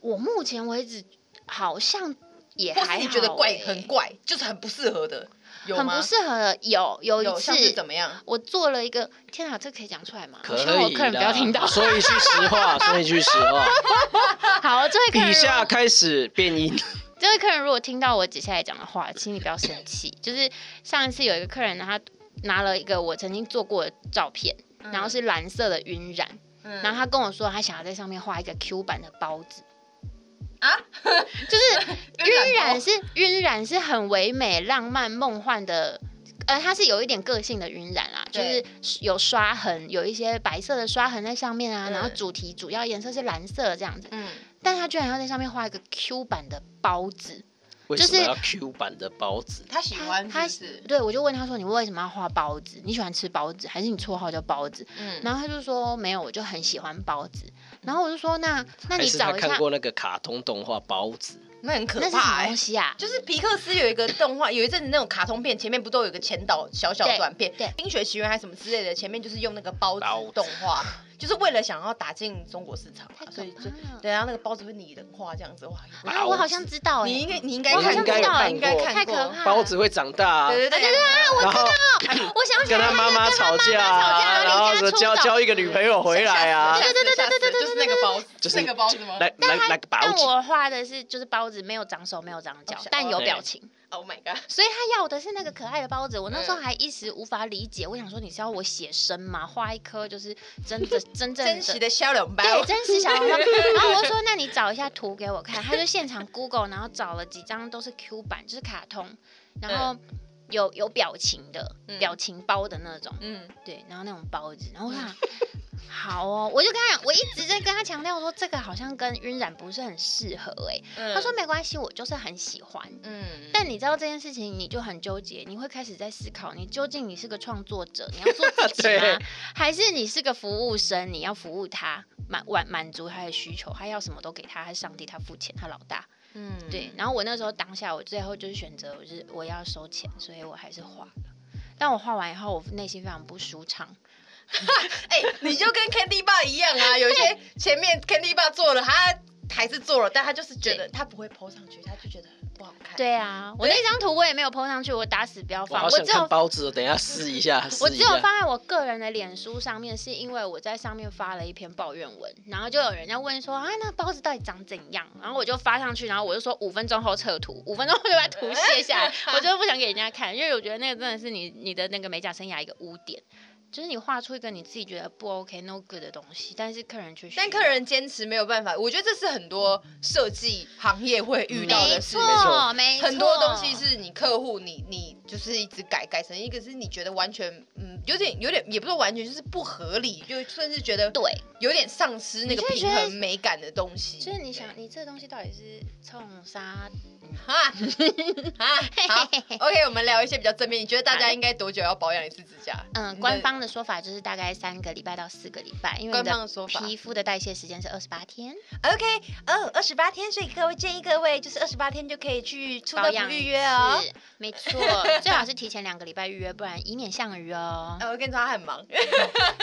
Speaker 3: 我目前为止好像也
Speaker 2: 或
Speaker 3: 还好、
Speaker 2: 是
Speaker 3: 欸，
Speaker 2: 你觉得怪很怪，就是很不适合的，有
Speaker 3: 很
Speaker 2: 吗
Speaker 3: 不？适合。有有一
Speaker 2: 有
Speaker 3: 次
Speaker 2: 像是怎么样？
Speaker 3: 我做了一个，天啊，这可以讲出来吗？
Speaker 1: 可
Speaker 3: 我希望我
Speaker 1: 以
Speaker 3: 客人不要听到
Speaker 1: 啦，。说一句实话，说一句实话。
Speaker 3: 好，这位客人
Speaker 1: 以
Speaker 3: 如
Speaker 1: 下
Speaker 3: 果
Speaker 1: 开始变音，
Speaker 3: 这位客人如果听到我接下来讲的话，请你不要生气。就是上一次有一个客人呢，他拿了一个我曾经做过的照片，嗯然后是蓝色的晕染。
Speaker 2: 嗯，
Speaker 3: 然后他跟我说，他想要在上面画一个 Q 版的包子，
Speaker 2: 啊，
Speaker 3: 就是晕染
Speaker 2: 包
Speaker 3: 是晕染是很唯美、浪漫、梦幻的。呃，它是有一点个性的晕染啊啦，就
Speaker 2: 对
Speaker 3: 是有刷痕，有一些白色的刷痕在上面啊，
Speaker 2: 嗯
Speaker 3: 然后主题主要颜色是蓝色这样子，
Speaker 2: 嗯，
Speaker 3: 但他居然要在上面画一个 Q 版的包子，
Speaker 1: 为什么要 Q 版的包子？
Speaker 2: 他喜欢
Speaker 3: 他
Speaker 2: 是不是，
Speaker 3: 对我就问他说，你为什么要画包子？你喜欢吃包子，还是你绰号叫包子？
Speaker 2: 嗯，
Speaker 3: 然后他就说没有，我就很喜欢包子。
Speaker 4: 然后我就说那那
Speaker 1: 还
Speaker 4: 你
Speaker 1: 是他
Speaker 4: 找一
Speaker 1: 看
Speaker 4: 下
Speaker 1: 过那个卡通动画《包子
Speaker 2: 那很可
Speaker 4: 那是什
Speaker 2: 怕
Speaker 4: 么
Speaker 2: 哎、
Speaker 4: 东西啊？
Speaker 2: 就是皮克斯有一个动画，有一阵子那种卡通片前面不都有一个前导小小
Speaker 4: 对
Speaker 2: 短片，
Speaker 4: 对
Speaker 2: 冰雪奇缘》还是什么之类的，前面就是用那个包子
Speaker 1: 包子
Speaker 2: 动画，就是为了想要打进中国市场嘛
Speaker 4: 太，可
Speaker 2: 所以就
Speaker 4: 怕了
Speaker 2: 对，啊然后那个包子被拟人化这样子，哇，
Speaker 4: 啊，我好像知
Speaker 3: 哦
Speaker 4: 道哎、
Speaker 2: 你应该你应该
Speaker 4: 我好
Speaker 2: 看
Speaker 4: 像
Speaker 2: 过，
Speaker 4: 知道
Speaker 1: 应
Speaker 2: 应
Speaker 1: 该
Speaker 2: 该
Speaker 3: 欸
Speaker 1: 看过
Speaker 2: 看
Speaker 4: 太
Speaker 2: 过，
Speaker 4: 可
Speaker 3: 啊
Speaker 4: 怕》，了。
Speaker 1: 包子会长大，啊
Speaker 2: 对对对对对，
Speaker 1: 然后
Speaker 4: 我想起
Speaker 1: 跟
Speaker 4: 来
Speaker 1: 他
Speaker 4: 了
Speaker 1: 妈妈吵
Speaker 4: 跟
Speaker 1: 架
Speaker 4: 他妈妈吵架
Speaker 1: 啊，然后
Speaker 4: 离家
Speaker 1: 说
Speaker 4: 出
Speaker 1: 交
Speaker 4: 走
Speaker 1: 交一个女朋友 回来啊，
Speaker 2: 对对对对对对对，就是那个包子，
Speaker 1: 就是
Speaker 2: 那个包子吗
Speaker 1: 来来
Speaker 3: 但他
Speaker 1: 来个包
Speaker 3: 但
Speaker 1: 子，
Speaker 3: 我画的是就是包子，没有长手，没有长脚
Speaker 2: 哦是，
Speaker 3: 但有
Speaker 1: 哦
Speaker 3: 表
Speaker 1: 对
Speaker 3: 情。
Speaker 2: ？Oh my god！
Speaker 3: 所以他要的是那个可爱的包子。我那时候
Speaker 2: 嗯
Speaker 3: 还一时无法理解，我想说你是要我写生吗？画一颗就是真的真正
Speaker 2: 真实
Speaker 3: 的。
Speaker 2: 的小笼包，
Speaker 3: 对，真实小 笼包。然后我就说，那你找一下图给我看。他就现场 Google，然后找了几张都是 Q 版，就是卡通，然后有有表情的
Speaker 2: 嗯，
Speaker 3: 表情包的那种，
Speaker 2: 嗯，
Speaker 3: 对，然后那种包子，然后我想，好哦，我就跟他讲，我一直在跟他强调说，这个好像跟晕染不是很适合哎、
Speaker 2: 嗯
Speaker 3: 他说没关系，我就是很喜欢，
Speaker 2: 嗯，
Speaker 3: 但你知道这件事情，你就很纠结，你会开始在思考，你究竟你是个创作者，你要做自己
Speaker 1: 对
Speaker 3: 吗？还是你是个服务生，你要服务他，满满满足他的需求，他要什么都给他，他是上帝，他付钱，他老大。
Speaker 2: 嗯
Speaker 3: 对，然后我那时候当下，我最后就是选择，我是我要收钱，所以我还是画了。但我画完以后，我内心非常不舒畅。
Speaker 2: 哎、你就跟 Candy Bar 一样 啊，有一些前面 Candy Bar 做了，他还是做了，但他就是觉得他不会 PO 上去，他就觉得不好看。，
Speaker 3: 对啊，我那张图我也没有 PO 上去，我打死不要
Speaker 1: 我嗯
Speaker 3: 放，
Speaker 1: 好
Speaker 3: 我
Speaker 1: 想
Speaker 3: 只有
Speaker 1: 看包子，哦，等一下试一下，
Speaker 3: 我
Speaker 1: 试一
Speaker 3: 只有
Speaker 1: 下。
Speaker 3: 放在我个人的脸书上面，是因为我在上面发了一篇抱怨文，然后就有人家问说啊，那包子到底长怎样？然后我就发上去，然后我就说五分钟后撤图，五分钟后就把图 卸下来，我就不想给人家看，因为我觉得那个真的是你你的那个美甲生涯一个污点，就是你画出一个你自己觉得不 OK、no good 的东西，但是客人却需
Speaker 2: 但
Speaker 3: 要
Speaker 2: 客人坚持没有办法，我觉得这是很多设计行业会遇到
Speaker 3: 没
Speaker 2: 的事。
Speaker 3: 错，没错，
Speaker 2: 很多东西是你客户你你就是一直改改成一个是你觉得完全嗯有点有点也不是完全就是不合理，就甚至觉得
Speaker 3: 对，
Speaker 2: 有点丧失那个
Speaker 3: 你就会
Speaker 2: 平
Speaker 3: 觉得
Speaker 2: 衡美感的东西。
Speaker 3: 就是你想你这个东西到底是冲杀
Speaker 2: 啊啊 好，OK，我们聊一些比较正面。你觉得大家应该多久要保养一次指甲？
Speaker 3: 嗯，官方的说法就是大概三个礼拜到四个礼拜，因为
Speaker 2: 官
Speaker 3: 你
Speaker 2: 方
Speaker 3: 的
Speaker 2: 的说法。
Speaker 3: 皮肤的代谢时间是二十八天。
Speaker 2: OK，哦，二十八天，所以各位建议各位就是二十八天就可以去出
Speaker 3: 保
Speaker 2: 乐
Speaker 3: 养
Speaker 2: 福预约哦。
Speaker 3: 是，没错，最好是提前两个礼拜预约，不然以免项羽哦
Speaker 2: 哎、。我跟你说，他很忙，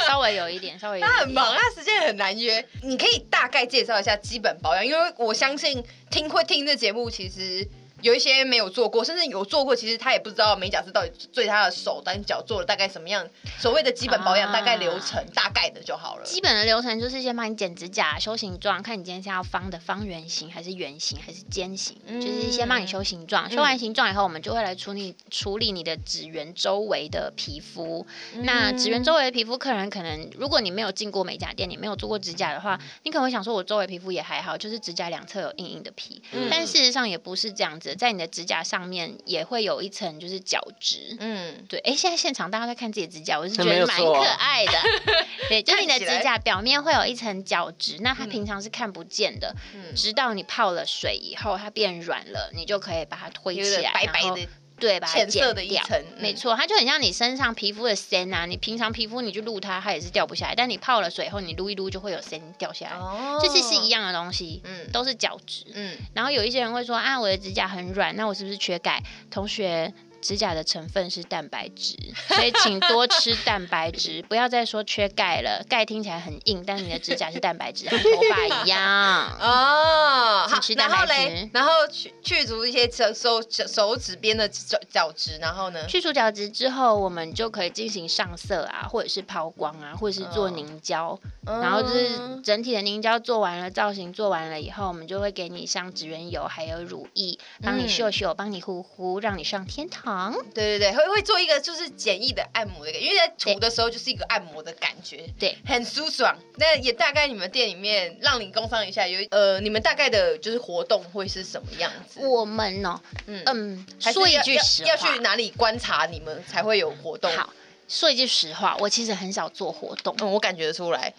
Speaker 3: 稍微有一点，稍微有一
Speaker 2: 他很
Speaker 3: 点
Speaker 2: 忙，。他时间很难约。你可以大概介绍一下基本保养，因为我相信听会听这节目，其实有一些没有做过，甚至有做过，其实他也不知道美甲师到底对他的手跟脚做了大概什么样所谓的基本保养，
Speaker 3: 啊
Speaker 2: 大概流程大概的就好了。
Speaker 3: 基本的流程就是先帮你剪指甲、修形状，看你今天是要方的方圆形，还是圆形，还是尖形，就是先帮你
Speaker 2: 嗯
Speaker 3: 修形状。修完形状以后，我们就会来处理处理你的指缘周围的皮肤。那
Speaker 2: 嗯
Speaker 3: 指缘周围的皮肤，客人可能如果你没有进过美甲店，你没有做过指甲的话，你可能会想说，我周围皮肤也还好，就是指甲两侧有硬硬的皮，
Speaker 1: 嗯
Speaker 3: 但事实上也不是这样子，在你的指甲上面也会有一层就是角质。
Speaker 2: 嗯，
Speaker 3: 对，哎，现在现场大家在看自己的指甲，我是觉
Speaker 1: 没有
Speaker 3: 得蛮
Speaker 1: 错
Speaker 3: 可爱的。 对，就是你的
Speaker 2: 啊看起来
Speaker 3: 指甲表面会有一层角质，那它
Speaker 2: 嗯
Speaker 3: 平常是看不见的，
Speaker 2: 嗯
Speaker 3: 直到你泡了水以后，它变软了，你就可以把它推
Speaker 2: 有
Speaker 3: 起
Speaker 2: 点
Speaker 3: 来，
Speaker 2: 白白
Speaker 3: 然后
Speaker 2: 的
Speaker 3: 对，把它
Speaker 2: 浅色
Speaker 3: 剪
Speaker 2: 的一
Speaker 3: 掉。
Speaker 2: 层，嗯
Speaker 3: 没错，它就很像你身上皮肤的线啊，你平常皮肤你去撸它，它也是掉不下来，但你泡了水以后，你撸一撸就会有线掉下来，
Speaker 2: 哦
Speaker 3: 就是是一，样的东西，
Speaker 2: 嗯
Speaker 3: 都是角质。
Speaker 2: 嗯，
Speaker 3: 然后有一些人会说啊，我的指甲很软，那我是不是缺钙？同学，指甲的成分是蛋白质，所以请多吃蛋白质，不要再说缺钙了。钙听起来很硬，但你的指甲是蛋白质，和头发一样。
Speaker 2: 哦，
Speaker 3: 只
Speaker 2: 好
Speaker 3: 吃，
Speaker 2: 然
Speaker 3: 蛋白
Speaker 2: 后嘞
Speaker 3: 质，
Speaker 2: 然后去去除一些手手手指边的角角质，然后呢，
Speaker 3: 去除角质之后，我们就可以进行上色啊，或者是抛光啊，或者是做
Speaker 2: 哦
Speaker 3: 凝胶。
Speaker 2: 嗯
Speaker 3: 然后就是整体的凝胶做完了，造型做完了以后，我们就会给你上指缘油，还有乳液，帮你
Speaker 2: 嗯
Speaker 3: 秀秀，帮你呼呼，让你上天堂。
Speaker 2: 对对对，会会做一个就是简易的按摩的感觉，因为在涂的时候就是一个按摩的感觉，
Speaker 3: 对，
Speaker 2: 很舒爽。那也大概你们店里面让你工商一下，有呃，你们大概的就是活动会是什么样子？
Speaker 3: 我们哦，
Speaker 2: 嗯
Speaker 3: 嗯，
Speaker 2: 还是
Speaker 3: 说一
Speaker 2: 要
Speaker 3: 句
Speaker 2: 要
Speaker 3: 实
Speaker 2: 要
Speaker 3: 话
Speaker 2: 去，哪里观察你们才会有活动？嗯
Speaker 3: 好，说一句实话，我其实很少做活动，
Speaker 2: 嗯，我感觉得出来，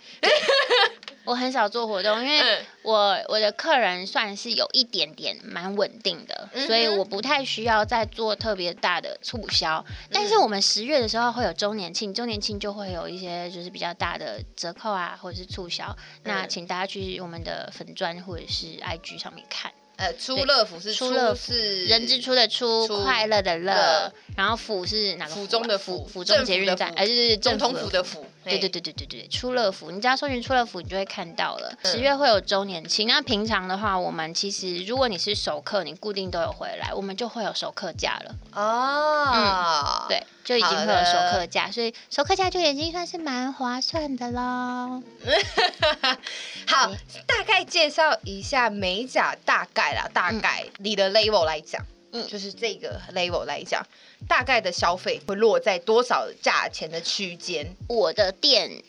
Speaker 3: 我很少做活动，因为
Speaker 2: 嗯，
Speaker 3: 我我的客人算是有一点点蛮稳定的，
Speaker 2: 嗯哼
Speaker 3: 所以我不太需要再做特别大的促销。
Speaker 2: 嗯
Speaker 3: 但是我们十月的时候会有周年庆，周年庆就会有一些就是比较大的折扣啊，或者是促销。
Speaker 2: 嗯
Speaker 3: 那请大家去我们的粉砖或者是 IG 上面看。
Speaker 2: 呃，出乐福是
Speaker 3: 出乐福
Speaker 2: 是
Speaker 3: 人之初的初，
Speaker 2: 出
Speaker 3: 快乐的乐
Speaker 2: 乐，
Speaker 3: 然后府是哪个
Speaker 2: 府
Speaker 3: 府
Speaker 2: 中
Speaker 3: 啊
Speaker 2: 的
Speaker 3: 府，
Speaker 2: 府
Speaker 3: 府
Speaker 2: 政
Speaker 3: 中
Speaker 2: 府
Speaker 3: 捷运
Speaker 2: 的
Speaker 3: 站，
Speaker 2: 府
Speaker 3: 哎，对对，
Speaker 2: 总
Speaker 3: 政
Speaker 2: 统
Speaker 3: 府
Speaker 2: 府的府，
Speaker 3: 对对
Speaker 2: 嘿，
Speaker 3: 对对对对对，出乐福，你只要搜寻出乐福，你就会看到了。十月会有周年庆，那平常的话，我们其实如果你是熟客，你固定都有回来，我们就会有熟客价了。
Speaker 2: 哦，
Speaker 3: 嗯对，就已经会有熟客价，所以熟客价就已经算是蛮划算的喽。
Speaker 2: 好，
Speaker 3: 嗯
Speaker 2: 大概介绍一下美甲，大概啦，大概你的 level 来讲，
Speaker 3: 嗯
Speaker 2: 就是这个 level 来讲，大概的消费会落在多少价钱的区间？
Speaker 3: 我的店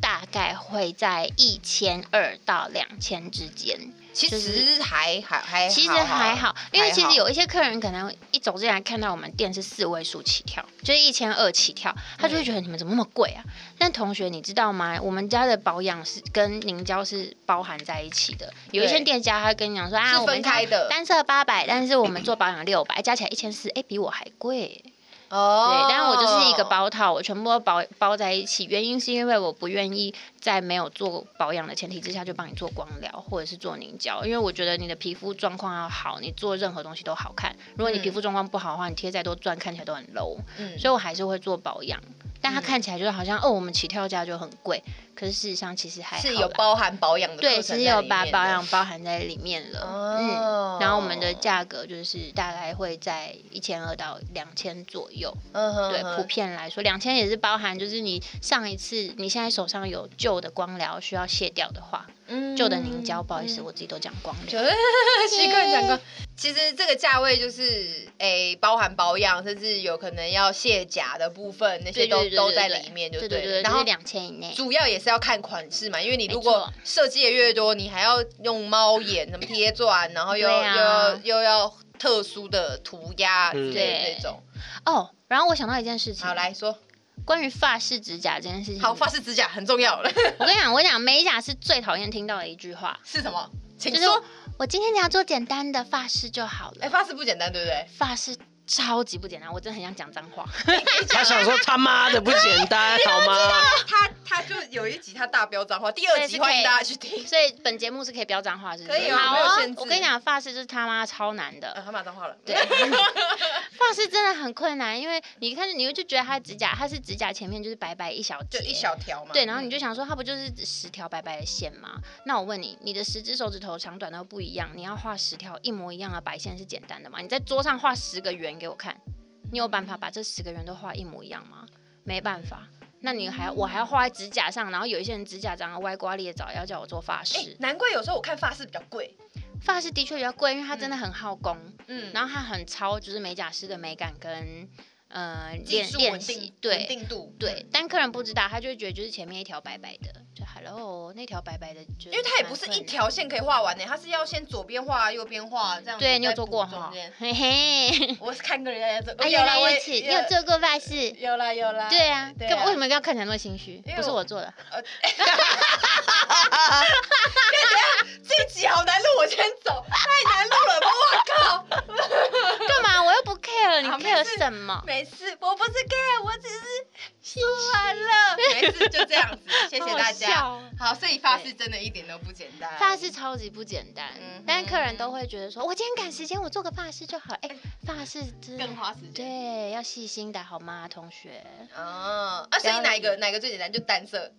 Speaker 3: 大概会在一千二到两千之间，
Speaker 2: 其
Speaker 3: 就
Speaker 2: 实还还还好啊
Speaker 3: 其实还，好，因为
Speaker 2: 还
Speaker 3: 其实
Speaker 2: 好
Speaker 3: 有一些客人可能一走进来看到我们店是四位数起跳，就是一千二起跳，他就会觉得你们怎么那么贵啊？但同学你知道吗？我们家的保养是跟凝胶是包含在一起的，有一些
Speaker 2: 对
Speaker 3: 店家他会跟你讲说啊，
Speaker 2: 是
Speaker 3: 我
Speaker 2: 分
Speaker 3: 们家
Speaker 2: 开的
Speaker 3: 单色八百，但是我们做保养六百，加起来一千四，哎，比我还贵。
Speaker 2: 哦
Speaker 3: 对，但我就是一个，包套，我全部都包包在一起。原因是因为我不愿意在没有做保养的前提之下就帮你做光疗或者是做凝胶，因为我觉得你的皮肤状况要好，你做任何东西都好看。如果你
Speaker 2: 嗯
Speaker 3: 皮肤状况不好的话，你贴再多钻看起来都很 low，
Speaker 2: 嗯
Speaker 3: 所以我还是会做保养。但它看起来就是好像、哦，我们起跳价就很贵，可是事实上其实还
Speaker 2: 是
Speaker 3: 好
Speaker 2: 有
Speaker 3: 啦
Speaker 2: 包含保养的，
Speaker 3: 对，其实有把保养，包含在里面了。嗯，
Speaker 2: 哦，
Speaker 3: 然后我们的，价格就是大概会在一千二到两千左右。
Speaker 2: 嗯哼
Speaker 3: 对，普
Speaker 2: 哼，
Speaker 3: 遍来说，两千也是包含，就是你上一次你现在手上有旧的光疗需要卸掉的话，
Speaker 2: 嗯
Speaker 3: 旧的凝胶，不好意思，我自己都讲光 疗。
Speaker 2: 习惯讲过。其实这个价位就是诶、包含保养，甚至有可能要卸甲的部分，那些
Speaker 3: 对
Speaker 2: 都
Speaker 3: 对对
Speaker 2: 都
Speaker 3: 对
Speaker 2: 在
Speaker 3: 对
Speaker 2: 里面，就
Speaker 3: 对
Speaker 2: 对
Speaker 3: 对
Speaker 2: 了。
Speaker 3: 对，
Speaker 2: 然
Speaker 3: 就是
Speaker 2: 后
Speaker 3: 两千以内。
Speaker 2: 主要也是要看款式嘛，因为你
Speaker 3: 没
Speaker 2: 如果
Speaker 3: 错
Speaker 2: 设计的越多，你还要用猫眼、什么贴钻，然后又、
Speaker 3: 对啊
Speaker 2: 又又要特殊的涂鸦之类的
Speaker 3: 嗯
Speaker 2: 那种。
Speaker 3: 哦，然后我想到一件事情，
Speaker 2: 好，来说，
Speaker 3: 关于发饰指甲这件事情，
Speaker 2: 好，发饰指甲很重要了，
Speaker 3: 我跟你讲，我跟你讲，美甲是最讨厌听到的一句话，
Speaker 2: 是什么？请
Speaker 3: 就是
Speaker 2: 说。
Speaker 3: 我今天只要做简单的发饰就好
Speaker 2: 哎、
Speaker 3: 了。
Speaker 2: 发饰不简单，对不对？
Speaker 3: 发饰超级不简单，我真的很想讲脏话。
Speaker 1: 他想说他妈的不简单好吗？
Speaker 2: 他他就有一集他大飙脏话，第二
Speaker 3: 对
Speaker 2: 集
Speaker 3: 是可以
Speaker 2: 欢迎大家去听。
Speaker 3: 所以本节目是可以不要脏话，是不是？
Speaker 2: 可以哦
Speaker 3: 好
Speaker 2: 没有
Speaker 3: 哦
Speaker 2: 限制
Speaker 3: 我跟你讲，发饰就是他妈超难的。
Speaker 2: 呃，他骂脏话了。
Speaker 3: 对，发饰真的很困难，因为你看，你就觉得它指甲，它是指甲前面就是白白一小节，
Speaker 2: 就一小条嘛。
Speaker 3: 对，然后你
Speaker 2: 嗯
Speaker 3: 就想说，它不就是十条白白的线吗？那我问你，你的十只手指头长短都不一样，你要画十条一模一样的白线是简单的吗？你在桌上画十个圆给我看，你有办法把这十个圆都画一模一样吗？没办法。那你还我还要画在指甲上，然后有一些人指甲长得歪瓜裂枣，要叫我做发
Speaker 2: 哎、
Speaker 3: 饰。
Speaker 2: 难怪有时候我看发饰比较贵。
Speaker 3: 发饰的确比较贵，因为它真的很耗工。
Speaker 2: 嗯
Speaker 3: 嗯然后它很超，就是美甲师的美感跟呃
Speaker 2: 技
Speaker 3: 练
Speaker 2: 术稳
Speaker 3: 练习
Speaker 2: 定，稳
Speaker 3: 对
Speaker 2: 定嗯度，
Speaker 3: 对，但客人不知道，他就会觉得就是前面一条白白的，就 hello 那条白白的就，
Speaker 2: 嗯因为它也不是一。条线可以画完的，它是要先左边画右边画这样子再补中间。
Speaker 3: 对你有做过哈？嘿嘿，
Speaker 2: 我是看个人家做，
Speaker 3: 哎
Speaker 2: 哦有
Speaker 3: 有
Speaker 2: 啦，
Speaker 3: 来
Speaker 2: 我
Speaker 3: 有
Speaker 2: 也
Speaker 3: 去，你有？做过发饰？
Speaker 2: 有啦有啦。
Speaker 3: 对啊，
Speaker 2: 对
Speaker 3: 干嘛
Speaker 2: 啊
Speaker 3: 为什么要看起来那么心虚
Speaker 2: 因为？
Speaker 3: 不是
Speaker 2: 我
Speaker 3: 我 做的，
Speaker 2: 这一集好难录，我先走，太难录了吧？我靠！
Speaker 3: 干嘛？我又不 care，你
Speaker 2: 好
Speaker 3: care
Speaker 2: 啊没事
Speaker 3: 什么？
Speaker 2: 没事，我不是 gay，我只是说完了，没事，就这样子， 谢谢大家。
Speaker 3: 好好笑哦
Speaker 2: 好，所以发饰真的一点都不简单。
Speaker 3: 发饰超级不简单
Speaker 2: 嗯，
Speaker 3: 但客人
Speaker 2: 哼
Speaker 3: 都会觉得说，我今天赶时间，我做个发饰就好。哎，发饰真的
Speaker 2: 更花时间。
Speaker 3: 对，要细心的好吗，同学？
Speaker 2: 哦，啊，所以哪一个哪一个最简单？就单色，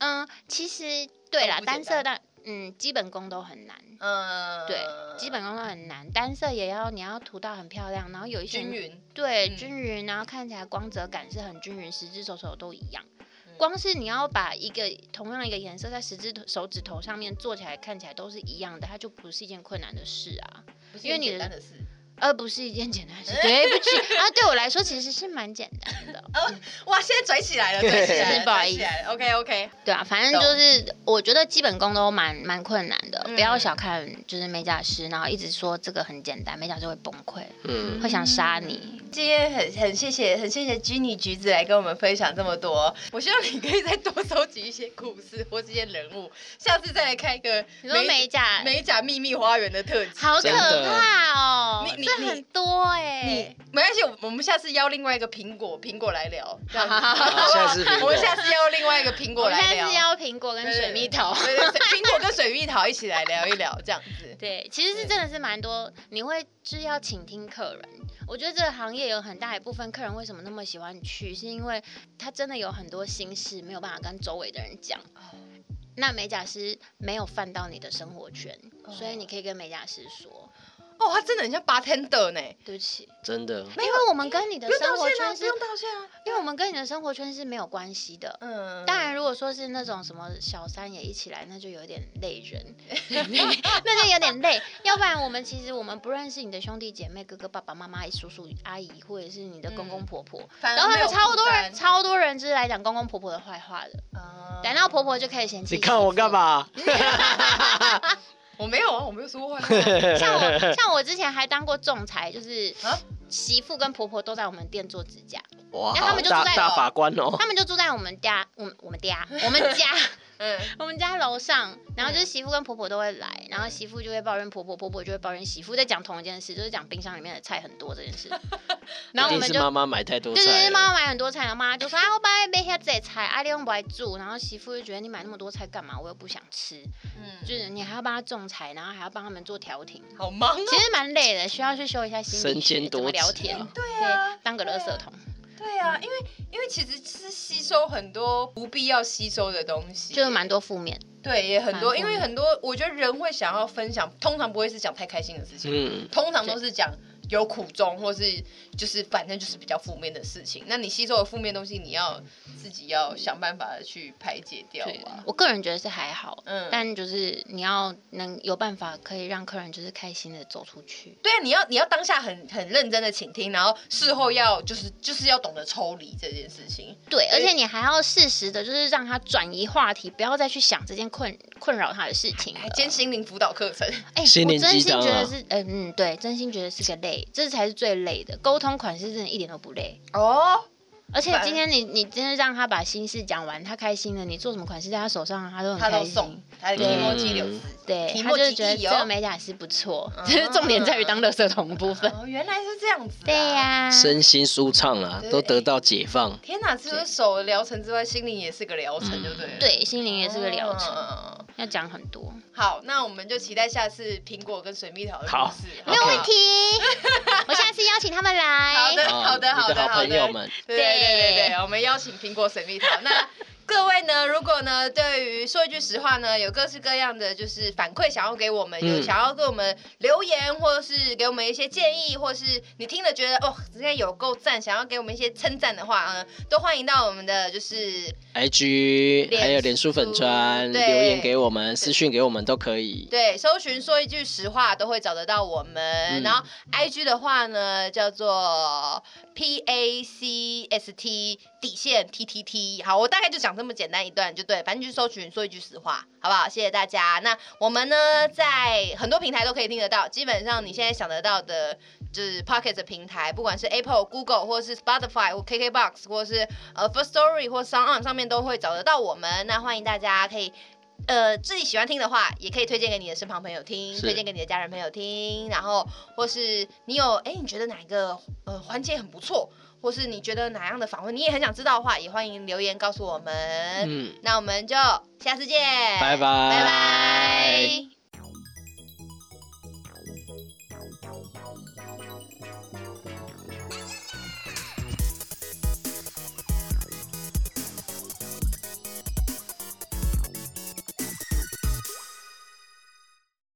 Speaker 3: 嗯，其实对啦，
Speaker 2: 都不简
Speaker 3: 单色但嗯，基本功都很难。
Speaker 2: 嗯，
Speaker 3: 对，基本功都很难，单色也要你要涂到很漂亮，然后有一些
Speaker 2: 均
Speaker 3: 人
Speaker 2: 匀。
Speaker 3: 对
Speaker 2: 嗯
Speaker 3: 均匀，然后看起来光泽感是很均匀，十只手手都一样
Speaker 2: 嗯。
Speaker 3: 光是你要把一个同样一个颜色在十只头手指头上面做起来，看起来都是一样的，它就不是一件困难的事啊。
Speaker 2: 不是
Speaker 3: 因为
Speaker 2: 一件
Speaker 3: 你
Speaker 2: 简
Speaker 3: 的
Speaker 2: 单的事，
Speaker 4: 而不是一件简单的事。 对不起，啊，对我来说其实是蛮简单的。
Speaker 2: 哇，现在拽起来了，拽起来了，
Speaker 4: 是不好意思
Speaker 2: ，OK OK，
Speaker 4: 对啊，反正就是我觉得基本功都蛮蛮困难的，不
Speaker 2: 嗯
Speaker 4: 要小看就是美甲师，然后一直说这个很简单，美甲师会崩溃，
Speaker 1: 嗯，
Speaker 4: 会想杀你。
Speaker 2: 今天很很谢谢很谢谢 Jenny 橘子来跟我们分享这么多，我希望你可以再多收集一些故事或这些人物，下次再来开一个
Speaker 4: 你说美甲
Speaker 2: 美甲秘密花园的特辑。
Speaker 4: 好可
Speaker 1: 真的
Speaker 4: 怕哦，
Speaker 2: 你你
Speaker 4: 这
Speaker 2: 你
Speaker 4: 很多哎、
Speaker 2: 你没关系，我我们下次邀另外一个苹果苹果来 聊，这样子
Speaker 1: 好下次苹果
Speaker 2: 我们下次邀另外一个苹
Speaker 3: 我
Speaker 2: 果
Speaker 3: 们
Speaker 2: 来
Speaker 3: 现
Speaker 2: 聊
Speaker 3: 在是，要苹果跟
Speaker 2: 对
Speaker 3: 水蜜桃。
Speaker 2: 对对对，苹果跟水蜜桃一起来聊一聊，这样 子。
Speaker 3: 对，其实是真的是蛮多，你会就是要倾听客人。我觉得这个行业有很大一部分客人为什么那么喜欢去，是因为他真的有很多心事没有办法跟周围的人讲。那美甲师没有犯到你的生活圈，所以你可以跟美甲师说
Speaker 2: 哦，他真的很像 bartender 呢，
Speaker 3: 对不起，
Speaker 1: 真的，
Speaker 3: 因为我们跟你的
Speaker 2: 不用
Speaker 3: 生
Speaker 2: 道
Speaker 3: 活
Speaker 2: 歉啊，不
Speaker 3: 圈是，
Speaker 2: 用道歉啊。
Speaker 3: 因为我们跟你的生活圈是没有关系的。
Speaker 2: 嗯，
Speaker 3: 当然，如果说是那种什么小三也一起来，那就有点累人， 那就有点累。要不然我们其实我们不认识你的兄弟姐妹、哥哥、爸爸妈妈、叔叔阿姨，或者是你的公公婆婆，
Speaker 2: 反而
Speaker 3: 然后
Speaker 2: 嗯
Speaker 3: 他
Speaker 2: 没有
Speaker 3: 们超
Speaker 2: 负
Speaker 3: 多
Speaker 2: 担
Speaker 3: 人，超多人就是来讲公公婆婆的坏话的，
Speaker 2: 啊
Speaker 3: 然后婆婆就可以嫌弃。
Speaker 1: 你看我干？嘛？
Speaker 2: 我没有啊，我没有说 过坏话。
Speaker 3: 像我像我之前还当过仲裁，就是
Speaker 2: 啊
Speaker 3: 媳妇跟婆婆都在我们店做指甲，
Speaker 1: 哇
Speaker 3: 然后他们就
Speaker 1: 大
Speaker 3: 住在
Speaker 1: 大
Speaker 3: 我
Speaker 1: 法官 哦，
Speaker 3: 他们就住在我们家，我们我们 家我们家。
Speaker 2: 嗯，
Speaker 3: 我们家楼上，然后就是
Speaker 2: 嗯
Speaker 3: 媳妇跟婆婆都会来，然后媳妇就会抱怨婆婆，婆婆就会抱怨媳妇，在讲同一件事，就是讲冰箱里面的菜很多这件事。然后我
Speaker 1: 一定
Speaker 3: 们
Speaker 1: 是
Speaker 3: 就
Speaker 1: 妈妈买太多
Speaker 3: 对对
Speaker 1: 菜
Speaker 3: 对，
Speaker 1: 了，
Speaker 3: 妈妈买很多菜，然后妈妈就说啊，我爸买下这些菜，啊，你用不爱煮，然后媳妇就觉得你买那么多菜干嘛？我又不想吃，
Speaker 2: 嗯，
Speaker 3: 就是你还要帮他种菜，然后还要帮他们做调停，
Speaker 2: 好忙哦。
Speaker 3: 其实蛮累的，需要去修一下心理
Speaker 1: 身
Speaker 3: 学
Speaker 1: 兼，
Speaker 3: 怎
Speaker 1: 多
Speaker 3: 么聊
Speaker 1: 职
Speaker 3: 天
Speaker 1: 啊，
Speaker 2: 对
Speaker 3: 对，当个垃圾桶，
Speaker 2: 对啊，因为因为其实是吸收很多不必要吸收的东西，
Speaker 3: 就是蛮多负面。
Speaker 2: 对，也很多，
Speaker 3: 蛮
Speaker 2: 因为很多我觉得人会想要分享，通常不会是讲太开心的事情，
Speaker 1: 嗯，
Speaker 2: 通常都是讲有苦衷，或是就是反正就是比较负面的事情。那你吸收的负面东西，你要自己要想办法的去排解掉
Speaker 3: 对
Speaker 2: 吧。，
Speaker 3: 我个人觉得是还好，
Speaker 2: 嗯
Speaker 3: 但就是你要能有办法可以让客人就是开心的走出去。
Speaker 2: 对啊，你要你要当下很很认真的倾听，然后事后要就是就是要懂得抽离这件事情。
Speaker 3: 对，
Speaker 2: 所
Speaker 3: 而
Speaker 2: 以
Speaker 3: 且你还要适时的，就是让他转移话题，不要再去想这件困困扰他的事情了。
Speaker 2: 还兼心灵辅导课程，
Speaker 3: 哎、
Speaker 1: 心
Speaker 3: 我
Speaker 1: 灵
Speaker 3: 真
Speaker 1: 鸡
Speaker 3: 心觉
Speaker 1: 汤啊
Speaker 3: 得是，嗯嗯，对，真心觉得是个累，这才是最累的。沟通款式真的一点都不累，
Speaker 2: 哦，
Speaker 3: 而且
Speaker 2: 反
Speaker 3: 今天你你真的让他把心事讲完，他开心了，你做什么款式在他手上，他都 很
Speaker 2: 他
Speaker 3: 开
Speaker 2: 都
Speaker 3: 心
Speaker 2: 送。他的提
Speaker 3: 对
Speaker 2: 莫基柳丝，
Speaker 3: 对，
Speaker 2: 提
Speaker 3: 他
Speaker 2: 莫
Speaker 3: 就
Speaker 2: 基
Speaker 3: 是觉得
Speaker 2: 地
Speaker 3: 这个
Speaker 2: 哦。
Speaker 3: 美甲师不错，
Speaker 2: 嗯
Speaker 3: 只是重点在于当垃圾桶的部分。
Speaker 2: 哦，原来是这样子、啊。
Speaker 3: 对呀、
Speaker 1: 身心舒畅啦，
Speaker 2: 对
Speaker 1: 都得到解放。
Speaker 2: 天哪，除了手的疗程之外，心灵也是个疗程，对不对？，
Speaker 3: 嗯对，心灵也是个疗程，
Speaker 2: 嗯
Speaker 3: 要讲很多。
Speaker 2: 好，那我们就期待下次苹果跟水蜜桃的故
Speaker 1: 好
Speaker 2: 事。
Speaker 1: 没有
Speaker 2: 好不好
Speaker 1: 问
Speaker 4: 题，我下次邀请他们来。
Speaker 2: 好的，
Speaker 1: 啊
Speaker 2: 好的，好
Speaker 1: 你
Speaker 2: 的，
Speaker 1: 的好
Speaker 2: 好
Speaker 1: 朋
Speaker 2: 的
Speaker 1: 友。们，
Speaker 2: 对对对对对，我们邀请苹果水蜜桃。那各位呢，如果呢，对于说一句实话呢，有各式各样的就是反馈想要给我们，有
Speaker 1: 嗯
Speaker 2: 想要给我们留言，或是给我们一些建议，或是你听了觉得哦，今天有够赞，想要给我们一些称赞的话，嗯，都欢迎到我们的就是。
Speaker 1: IG 还有脸书粉砖
Speaker 2: 对
Speaker 1: 留言给我们，私讯给我们都可以。
Speaker 2: 对，搜寻说一句实话都会找得到我们。
Speaker 1: 嗯
Speaker 2: 然后 I G 的话呢，叫做 P A C S T 底线 T T T。好，我大概就讲这么简单一段就对，反正就搜寻说一句实话，好不好？谢谢大家。那我们呢，在很多平台都可以听得到，基本上你现在想得到的。就是 Pocket 的平台，不管是 Apple、Google 或是 Spotify 或 KKBox 或是呃 First Story 或 Sound On 上面都会找得到我们。那欢迎大家可以呃，自己喜欢听的话，也可以推荐给你的身旁朋友听，
Speaker 1: 是
Speaker 2: 推荐给你的家人朋友听，然后或是你有哎，你觉得哪一个呃环节很不错，或是你觉得哪样的访问你也很想知道的话，也欢迎留言告诉我们。
Speaker 1: 嗯，
Speaker 2: 那我们就下次见，
Speaker 1: 拜拜
Speaker 2: 拜拜。